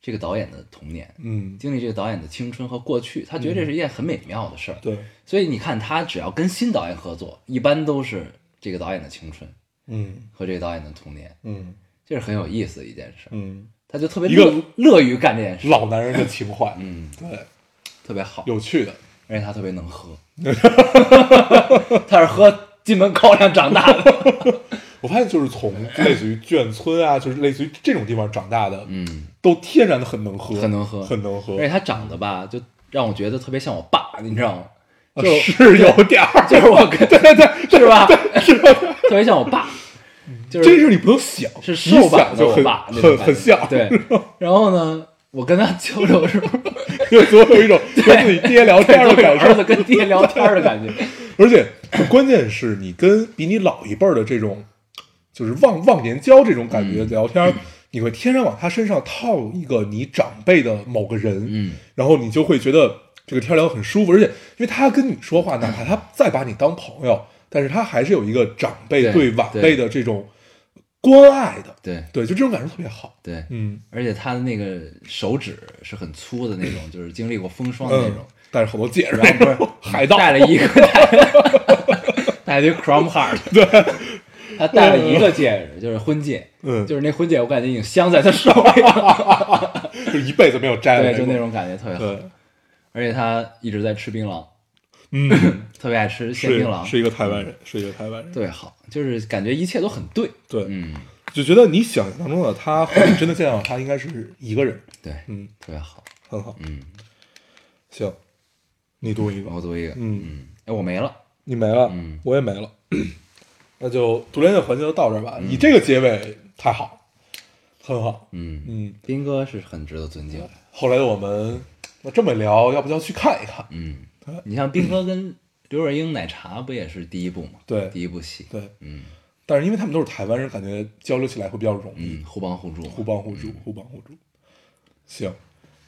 [SPEAKER 2] 这个导演的童年，
[SPEAKER 1] 嗯，
[SPEAKER 2] 经历这个导演的青春和过去，他觉得这是一件很美妙的事儿。
[SPEAKER 1] 对，
[SPEAKER 2] 所以你看，他只要跟新导演合作，一般都是这个导演的青春
[SPEAKER 1] 嗯
[SPEAKER 2] 和这个导演的童年，
[SPEAKER 1] 嗯
[SPEAKER 2] 这是很有意思的一件事儿。
[SPEAKER 1] 嗯，
[SPEAKER 2] 他就特别
[SPEAKER 1] 一个
[SPEAKER 2] 乐乐于干这件事，
[SPEAKER 1] 老男人的情怀，
[SPEAKER 2] 嗯，
[SPEAKER 1] 对，
[SPEAKER 2] 特别好。
[SPEAKER 1] 有趣的。
[SPEAKER 2] 而且他特别能喝，他是喝金门高粱长大的。
[SPEAKER 1] 我发现就是从类似于眷村啊，就是类似于这种地方长大的，
[SPEAKER 2] 嗯，
[SPEAKER 1] 都天然的很能喝，
[SPEAKER 2] 很能喝哎
[SPEAKER 1] 很能喝
[SPEAKER 2] 而且，他长得吧，就让我觉得特别像我爸，你知道吗？
[SPEAKER 1] 啊
[SPEAKER 2] 就是
[SPEAKER 1] 有点儿，
[SPEAKER 2] 就是我跟
[SPEAKER 1] 对对 对，嗯
[SPEAKER 2] 是吧？特别像我爸，就
[SPEAKER 1] 这
[SPEAKER 2] 是
[SPEAKER 1] 事儿你不能想，
[SPEAKER 2] 是瘦版的
[SPEAKER 1] 你想就
[SPEAKER 2] 我
[SPEAKER 1] 很
[SPEAKER 2] 爸，那种
[SPEAKER 1] 很
[SPEAKER 2] 感
[SPEAKER 1] 很
[SPEAKER 2] 觉
[SPEAKER 1] 像，
[SPEAKER 2] 对， 然后呢，我跟他交流的时候，
[SPEAKER 1] 就总有一种跟自己爹聊天的
[SPEAKER 2] 对
[SPEAKER 1] 感
[SPEAKER 2] 儿
[SPEAKER 1] 受。
[SPEAKER 2] 子跟爹聊天的 感觉。
[SPEAKER 1] 而且 关键是你跟比你老一辈儿的这种，就是忘忘年交这种感
[SPEAKER 2] 嗯
[SPEAKER 1] 觉聊天，你会天然往他身上套一个你长辈的某个人，
[SPEAKER 2] 嗯，
[SPEAKER 1] 然后你就会觉得这个天聊得很舒服。而且因为他跟你说话，哪怕他再把你当朋友，但是他还是有一个长辈
[SPEAKER 2] 对
[SPEAKER 1] 对晚
[SPEAKER 2] 对
[SPEAKER 1] 辈的这种关爱的，
[SPEAKER 2] 对
[SPEAKER 1] 对，就这种感受特别好。
[SPEAKER 2] 对，
[SPEAKER 1] 嗯
[SPEAKER 2] 而且他的那个手指是很粗的那种，就是经历过风霜的那
[SPEAKER 1] 嗯
[SPEAKER 2] 种。，
[SPEAKER 1] 但是好多戒指，
[SPEAKER 2] 然后不是嗯
[SPEAKER 1] 海盗
[SPEAKER 2] 带了一个带了带了一个 Chrome Heart，对，他戴了一个戒指，就是婚戒，
[SPEAKER 1] 嗯
[SPEAKER 2] 就是那婚戒，我感觉已经镶在他手里了，
[SPEAKER 1] 就是一辈子没有摘了
[SPEAKER 2] 对，
[SPEAKER 1] 过，
[SPEAKER 2] 就那种感觉特别好。
[SPEAKER 1] 对，
[SPEAKER 2] 而且他一直在吃槟榔，
[SPEAKER 1] 嗯。
[SPEAKER 2] 特别爱吃鲜
[SPEAKER 1] 是
[SPEAKER 2] 槟榔，
[SPEAKER 1] 是一个台湾人，是一个台湾人。
[SPEAKER 2] 特别好，就是感觉一切都很对，
[SPEAKER 1] 对，
[SPEAKER 2] 嗯，
[SPEAKER 1] 就觉得你想象当中的他和你真的见到他应该是一个人，
[SPEAKER 2] 对，
[SPEAKER 1] 嗯，
[SPEAKER 2] 特别好，
[SPEAKER 1] 很好。
[SPEAKER 2] 嗯，
[SPEAKER 1] 行，你读一个，
[SPEAKER 2] 我读一个，
[SPEAKER 1] 嗯，
[SPEAKER 2] 嗯，哎，我没了，
[SPEAKER 1] 你没了
[SPEAKER 2] 嗯，
[SPEAKER 1] 我也没了， 那就读联的环节就到这儿吧。你这个结尾太好，很好，
[SPEAKER 2] 嗯，
[SPEAKER 1] 嗯。
[SPEAKER 2] 斌哥是很值得尊敬的，
[SPEAKER 1] 后来我们那这么聊，要不要去看一看？
[SPEAKER 2] 嗯，你像斌哥跟刘若英奶茶不也是第一部吗？
[SPEAKER 1] 对
[SPEAKER 2] 第一部戏，
[SPEAKER 1] 对，
[SPEAKER 2] 嗯
[SPEAKER 1] 但是因为他们都是台湾人，感觉交流起来会比较容易，
[SPEAKER 2] 嗯，互帮互助嘛，
[SPEAKER 1] 互帮互助，互帮互助。行，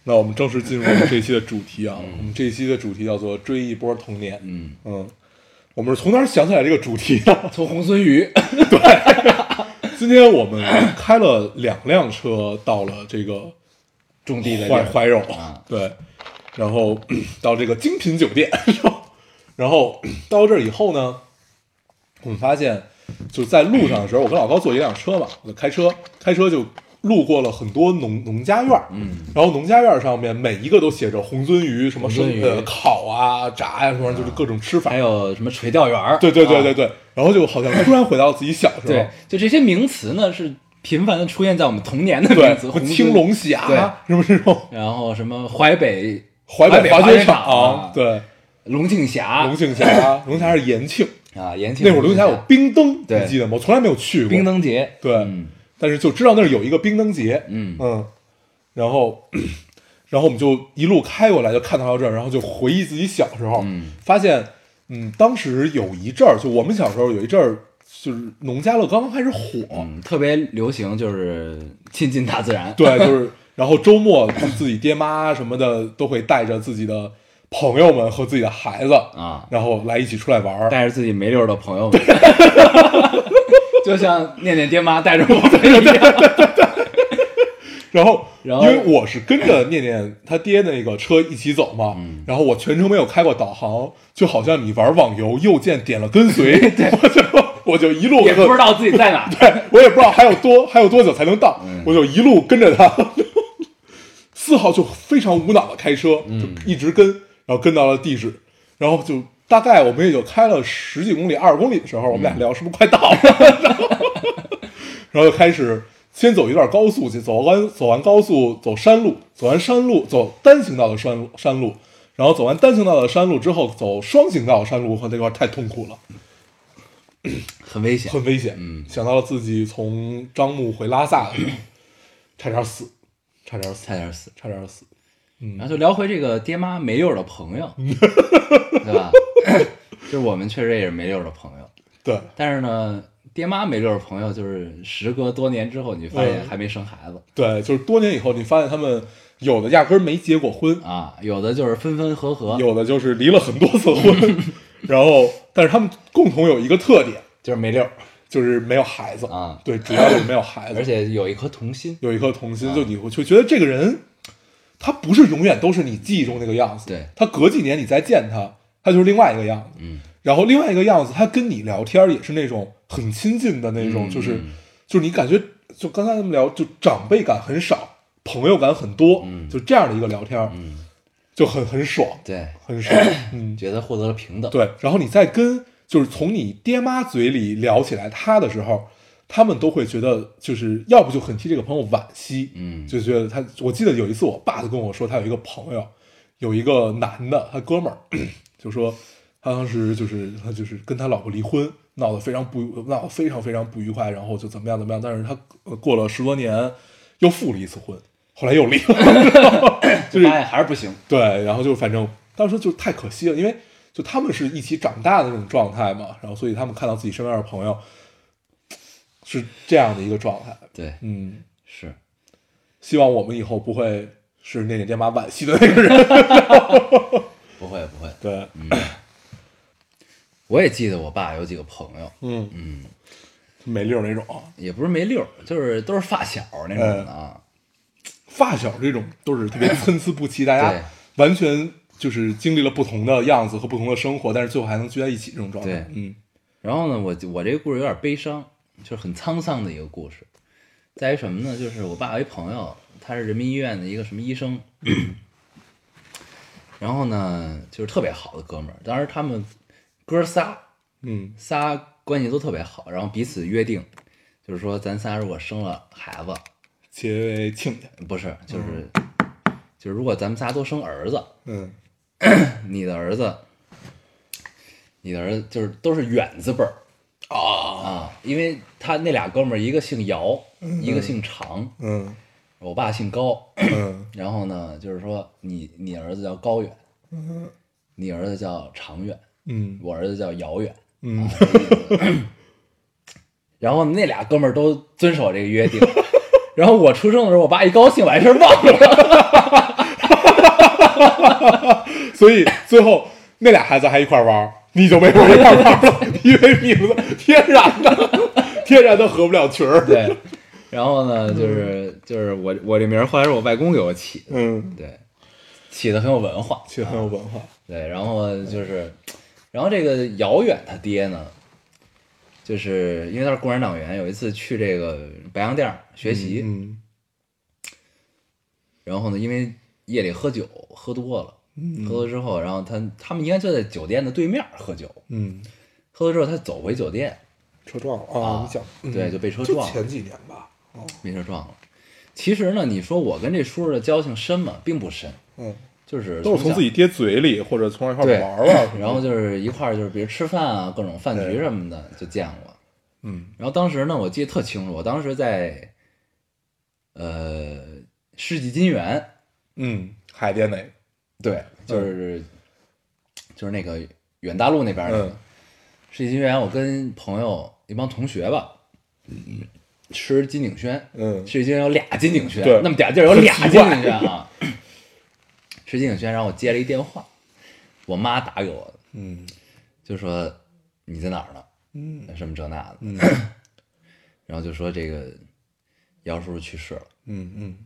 [SPEAKER 1] 那我们正式进入我们这一期的主题啊。我们这一期的主题叫做“追一波童年”。
[SPEAKER 2] 嗯
[SPEAKER 1] 嗯，我们是从哪儿想起来这个主题的？
[SPEAKER 2] 从红鳟鱼，
[SPEAKER 1] 今天我们开了两辆车到了这个
[SPEAKER 2] 种地的地
[SPEAKER 1] 怀
[SPEAKER 2] 儿，
[SPEAKER 1] 怀柔
[SPEAKER 2] 啊，
[SPEAKER 1] 对，然后 到这个精品酒店，然后然后到这儿以后呢，我们发现就在路上的时候，我跟老高坐一辆车嘛，我就开车，开车就路过了很多农农家院，嗯，然后农家院上面每一个都写着红鳟鱼什么
[SPEAKER 2] 红鳟
[SPEAKER 1] 生
[SPEAKER 2] 鱼
[SPEAKER 1] 呃烤啊、炸呀、什么，就是各种吃法
[SPEAKER 2] 还，有什么垂钓园儿，
[SPEAKER 1] 对对对
[SPEAKER 2] 啊
[SPEAKER 1] 对对，然后就好像突然回到自己小时候
[SPEAKER 2] 对。，就这些名词呢是频繁的出现在我们童年的
[SPEAKER 1] 对
[SPEAKER 2] 名，词，
[SPEAKER 1] 什么
[SPEAKER 2] 红鳟
[SPEAKER 1] 青，龙峡，
[SPEAKER 2] 对
[SPEAKER 1] 是不是这种
[SPEAKER 2] 然后什么淮北
[SPEAKER 1] 淮
[SPEAKER 2] 北
[SPEAKER 1] 滑
[SPEAKER 2] 雪
[SPEAKER 1] 雪场
[SPEAKER 2] 啊？，
[SPEAKER 1] 对，
[SPEAKER 2] 龙庆峡，
[SPEAKER 1] 龙庆 峡，龙峡是延庆，
[SPEAKER 2] 啊，延庆
[SPEAKER 1] 那会儿龙
[SPEAKER 2] 庆
[SPEAKER 1] 峡有冰灯，
[SPEAKER 2] 对
[SPEAKER 1] 你记得吗？我从来没有去过
[SPEAKER 2] 冰，灯节，
[SPEAKER 1] 对，
[SPEAKER 2] 嗯
[SPEAKER 1] 但是就知道那儿有一个冰灯节，
[SPEAKER 2] 嗯
[SPEAKER 1] 然后， 然后我们就一路开过来，就看到这儿，然后就回忆自己小时候，
[SPEAKER 2] 嗯
[SPEAKER 1] 发现，嗯，当时有一阵儿，就我们小时候有一阵儿，就是农家乐刚刚开始火，
[SPEAKER 2] 嗯，特别流行就是亲近大自然，
[SPEAKER 1] 对，就是， 然后周末自自己爹妈什么的都会带着自己的朋友们和自己的孩子
[SPEAKER 2] 啊
[SPEAKER 1] 然后来一起出来玩儿，
[SPEAKER 2] 带着自己没溜儿的朋友们， 就像念念爹妈带着我们一样，
[SPEAKER 1] 然后，
[SPEAKER 2] 然后
[SPEAKER 1] 因为我是跟着念念他爹那个车一起走嘛，
[SPEAKER 2] 嗯
[SPEAKER 1] 然后我全程没有开过导航，就好像你玩网游右键点了跟 随，我就我就一路
[SPEAKER 2] 也 不知道自己在哪儿。
[SPEAKER 1] 对我也不知道还有多还有多久才能到，我就一路跟着他，四号就非常无脑的开车，就一直跟，然后跟到了地址，然后就大概我们也就开了十几公里、二十公里的时候，我们俩聊是不是快到了， 然后然后就开始先走一段高速，就走完走完高速走山路，走完山路走单行道的山路山路，然后走完单行道的山路之后走双行道的山路和那块儿太痛苦了，
[SPEAKER 2] 很危险。
[SPEAKER 1] 很危险。
[SPEAKER 2] 嗯
[SPEAKER 1] 想到了自己从张木回拉萨的时候，差点死，差点死，
[SPEAKER 2] 差点死。
[SPEAKER 1] 差点死。
[SPEAKER 2] 然后就聊回这个爹妈没溜儿的朋 友，对吧？ 就是我们确实也是没溜儿的朋友，
[SPEAKER 1] 对，
[SPEAKER 2] 但是呢，爹妈没溜儿的朋友，就是时隔多年之后，你发现
[SPEAKER 1] 嗯
[SPEAKER 2] 还没生孩子、
[SPEAKER 1] 对，就是多年以后，你发现他们有的压根儿没结过婚，
[SPEAKER 2] 啊，有的就是分分合合，
[SPEAKER 1] 有的就是离了很多 次婚，然后，但是他们共同有一个特点，
[SPEAKER 2] 就是没溜儿，
[SPEAKER 1] 就是没有孩子
[SPEAKER 2] 啊
[SPEAKER 1] 对，主要就是没有孩子，
[SPEAKER 2] 而且有一颗童心。
[SPEAKER 1] 有一颗童
[SPEAKER 2] 啊
[SPEAKER 1] 心，就你会就觉得这个人，他不是永远都是你记忆中那个样子，
[SPEAKER 2] 对
[SPEAKER 1] 他隔几年你再见他，他就是另外一个样子，
[SPEAKER 2] 嗯，
[SPEAKER 1] 然后另外一个样子，他跟你聊天也是那种很亲近的那种，
[SPEAKER 2] 嗯
[SPEAKER 1] 就是
[SPEAKER 2] 嗯
[SPEAKER 1] 就是你感觉就刚才咱们聊，就长辈感很少，朋友感很多，
[SPEAKER 2] 嗯
[SPEAKER 1] 就这样的一个聊天，
[SPEAKER 2] 嗯，
[SPEAKER 1] 就很很爽，
[SPEAKER 2] 对，
[SPEAKER 1] 很爽，嗯，
[SPEAKER 2] 觉得获得了平等。
[SPEAKER 1] 对。然后你再跟就是从你爹妈嘴里聊起来他的时候，他们都会觉得就是要不就很替这个朋友惋惜，
[SPEAKER 2] 嗯
[SPEAKER 1] 就觉得他，我记得有一次我爸就跟我说，他有一个朋友，有一个男的，他哥们儿， 就说他当时就是他就是跟他老婆离婚，闹得非常不闹得非常非常不愉快，然后就怎么样怎么样，但是他呃过了十多年又复了一次婚，后来又离了， 就是
[SPEAKER 2] 发现还是不行。
[SPEAKER 1] 对，然后就反正当时就太可惜了，因为就他们是一起长大的那种状态嘛，然后所以他们看到自己身边的朋友是这样的一个状态，
[SPEAKER 2] 对，
[SPEAKER 1] 嗯，
[SPEAKER 2] 是
[SPEAKER 1] 希望我们以后不会是那个爹妈惋惜的那个人。
[SPEAKER 2] 不会不会。
[SPEAKER 1] 对，
[SPEAKER 2] 嗯我也记得我爸有几个朋友，
[SPEAKER 1] 嗯嗯，没溜儿那种
[SPEAKER 2] 也不是没溜儿，就是都是发小那种
[SPEAKER 1] 嗯
[SPEAKER 2] 的啊。
[SPEAKER 1] 发小这种都是特别参差不齐，大
[SPEAKER 2] 对
[SPEAKER 1] 家完全就是经历了不同的样子和不同的生活，但是最后还能聚在一起这种状态
[SPEAKER 2] 对。
[SPEAKER 1] 嗯
[SPEAKER 2] 然后呢，我我这个故事有点悲伤，就是很沧桑的一个故事，在于什么呢？就是我爸有一朋友，他是人民医院的一个什么医生， 然后呢，就是特别好的哥们儿。当时他们哥仨
[SPEAKER 1] 嗯
[SPEAKER 2] 仨关系都特别好，然后彼此约定，就是说咱仨如果生了孩子，
[SPEAKER 1] 结为亲家。
[SPEAKER 2] 不是就是、就是如果咱们仨都生儿子，
[SPEAKER 1] 嗯
[SPEAKER 2] 你的儿子，你的儿子就是都是远字辈儿啊因为他那俩哥们儿，一个姓姚，一个姓常，
[SPEAKER 1] 嗯
[SPEAKER 2] 我爸姓高，
[SPEAKER 1] 嗯
[SPEAKER 2] 然后呢，就是说你你儿子叫高远，你儿子叫长远，
[SPEAKER 1] 嗯
[SPEAKER 2] 我儿子叫遥远，啊
[SPEAKER 1] 嗯，
[SPEAKER 2] 然后那俩哥们儿都遵守这个约定，然后我出生的时候，我爸一高兴把这事儿忘了，
[SPEAKER 1] 所以最后那俩孩子还一块儿玩儿，你就没法一块儿玩儿了，因为名字天然的，天然的合不了群儿。
[SPEAKER 2] 对，然后呢，就是就是我我这名儿后来是我外公给我起的，
[SPEAKER 1] 嗯，
[SPEAKER 2] 对，起的很有文化，
[SPEAKER 1] 其实很有文化。
[SPEAKER 2] 对，然后就是，然后这个姚远他爹呢，就是因为他是共产党员，有一次去这个白洋淀儿学习，
[SPEAKER 1] 嗯
[SPEAKER 2] 然后呢，因为夜里喝酒喝多了，
[SPEAKER 1] 嗯
[SPEAKER 2] 喝多之后，然后他他们应该就在酒店的对面喝酒，
[SPEAKER 1] 嗯，
[SPEAKER 2] 喝多之后他走回酒店，
[SPEAKER 1] 车撞了啊！你讲，嗯
[SPEAKER 2] 对，就被车
[SPEAKER 1] 就
[SPEAKER 2] 撞了，
[SPEAKER 1] 前几年吧，
[SPEAKER 2] 被车撞了。其实呢，你说我跟这叔叔的交情深吗？并不深，
[SPEAKER 1] 嗯，
[SPEAKER 2] 就是
[SPEAKER 1] 都是从
[SPEAKER 2] 小
[SPEAKER 1] 自己爹嘴里或者从一块
[SPEAKER 2] 对
[SPEAKER 1] 儿玩玩什么的，
[SPEAKER 2] 然后就是一块儿就是比如吃饭啊，各种饭局
[SPEAKER 1] 对
[SPEAKER 2] 什么的就见过。
[SPEAKER 1] 嗯
[SPEAKER 2] 然后当时呢，我记得特清楚，我当时在呃世纪金源，
[SPEAKER 1] 嗯，海淀那个，
[SPEAKER 2] 对，就是、就是那个远大路那边儿那个、
[SPEAKER 1] 嗯
[SPEAKER 2] 世纪金源，我跟朋友一帮同学吧，吃金鼎轩，
[SPEAKER 1] 嗯
[SPEAKER 2] 世纪金源有俩金鼎轩，
[SPEAKER 1] 对
[SPEAKER 2] 那么点儿地儿有俩
[SPEAKER 1] 很
[SPEAKER 2] 金
[SPEAKER 1] 奇怪
[SPEAKER 2] 鼎轩啊，吃金鼎轩，然后我接了一电话，我妈打给我的，
[SPEAKER 1] 嗯
[SPEAKER 2] 就说你在哪儿呢？
[SPEAKER 1] 嗯
[SPEAKER 2] 什么这那的，然后就说这个姚叔叔去世了。
[SPEAKER 1] 嗯嗯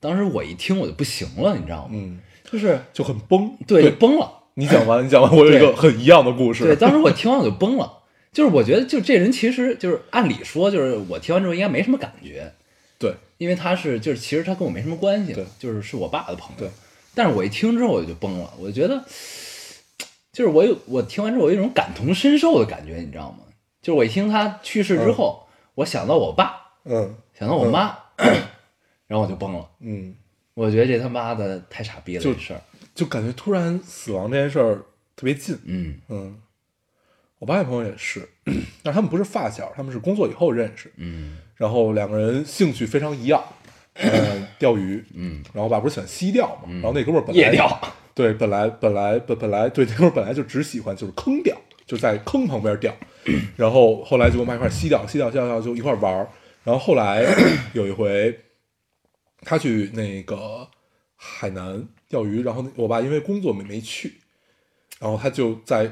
[SPEAKER 2] 当时我一听我就不行了，你知道吗？
[SPEAKER 1] 嗯，
[SPEAKER 2] 就是
[SPEAKER 1] 就很崩。
[SPEAKER 2] 对就崩了。
[SPEAKER 1] 你讲完，你讲完，我有一个很一样的故事。
[SPEAKER 2] 对，当时我听完我就崩了，就是我觉得就这人其实就是按理说就是我听完之后应该没什么感觉，
[SPEAKER 1] 对，
[SPEAKER 2] 因为他是就是其实他跟我没什么关系
[SPEAKER 1] 对，
[SPEAKER 2] 就是是我爸的朋友。
[SPEAKER 1] 对，
[SPEAKER 2] 但是我一听之后我就崩了，我觉得就是我有我听完之后我有一种感同身受的感觉，你知道吗？就是我一听他去世之后，我想到我爸，
[SPEAKER 1] 嗯
[SPEAKER 2] 想到我妈， 然后我就崩了。
[SPEAKER 1] 嗯，
[SPEAKER 2] 我觉得这他妈的太傻逼了，
[SPEAKER 1] 就
[SPEAKER 2] 这事儿。
[SPEAKER 1] 就感觉突然死亡这件事儿特别近。
[SPEAKER 2] 嗯
[SPEAKER 1] 嗯，我爸那朋友也是， 但是他们不是发小，他们是工作以后认识，
[SPEAKER 2] 嗯
[SPEAKER 1] 然后两个人兴趣非常一样，嗯，钓鱼，
[SPEAKER 2] 嗯，
[SPEAKER 1] 然后我爸不是喜欢西钓嘛，然后那哥们儿本来
[SPEAKER 2] 夜钓，
[SPEAKER 1] 对，本来本来本本来对那会儿本来就只喜欢就是坑钓，就在坑旁 边钓，然后后来就跟我妈一块儿西钓，西钓西钓西钓就一块儿玩儿然后后来有一回，他去那个海南钓鱼，然后我爸因为工作没没去，然后他就在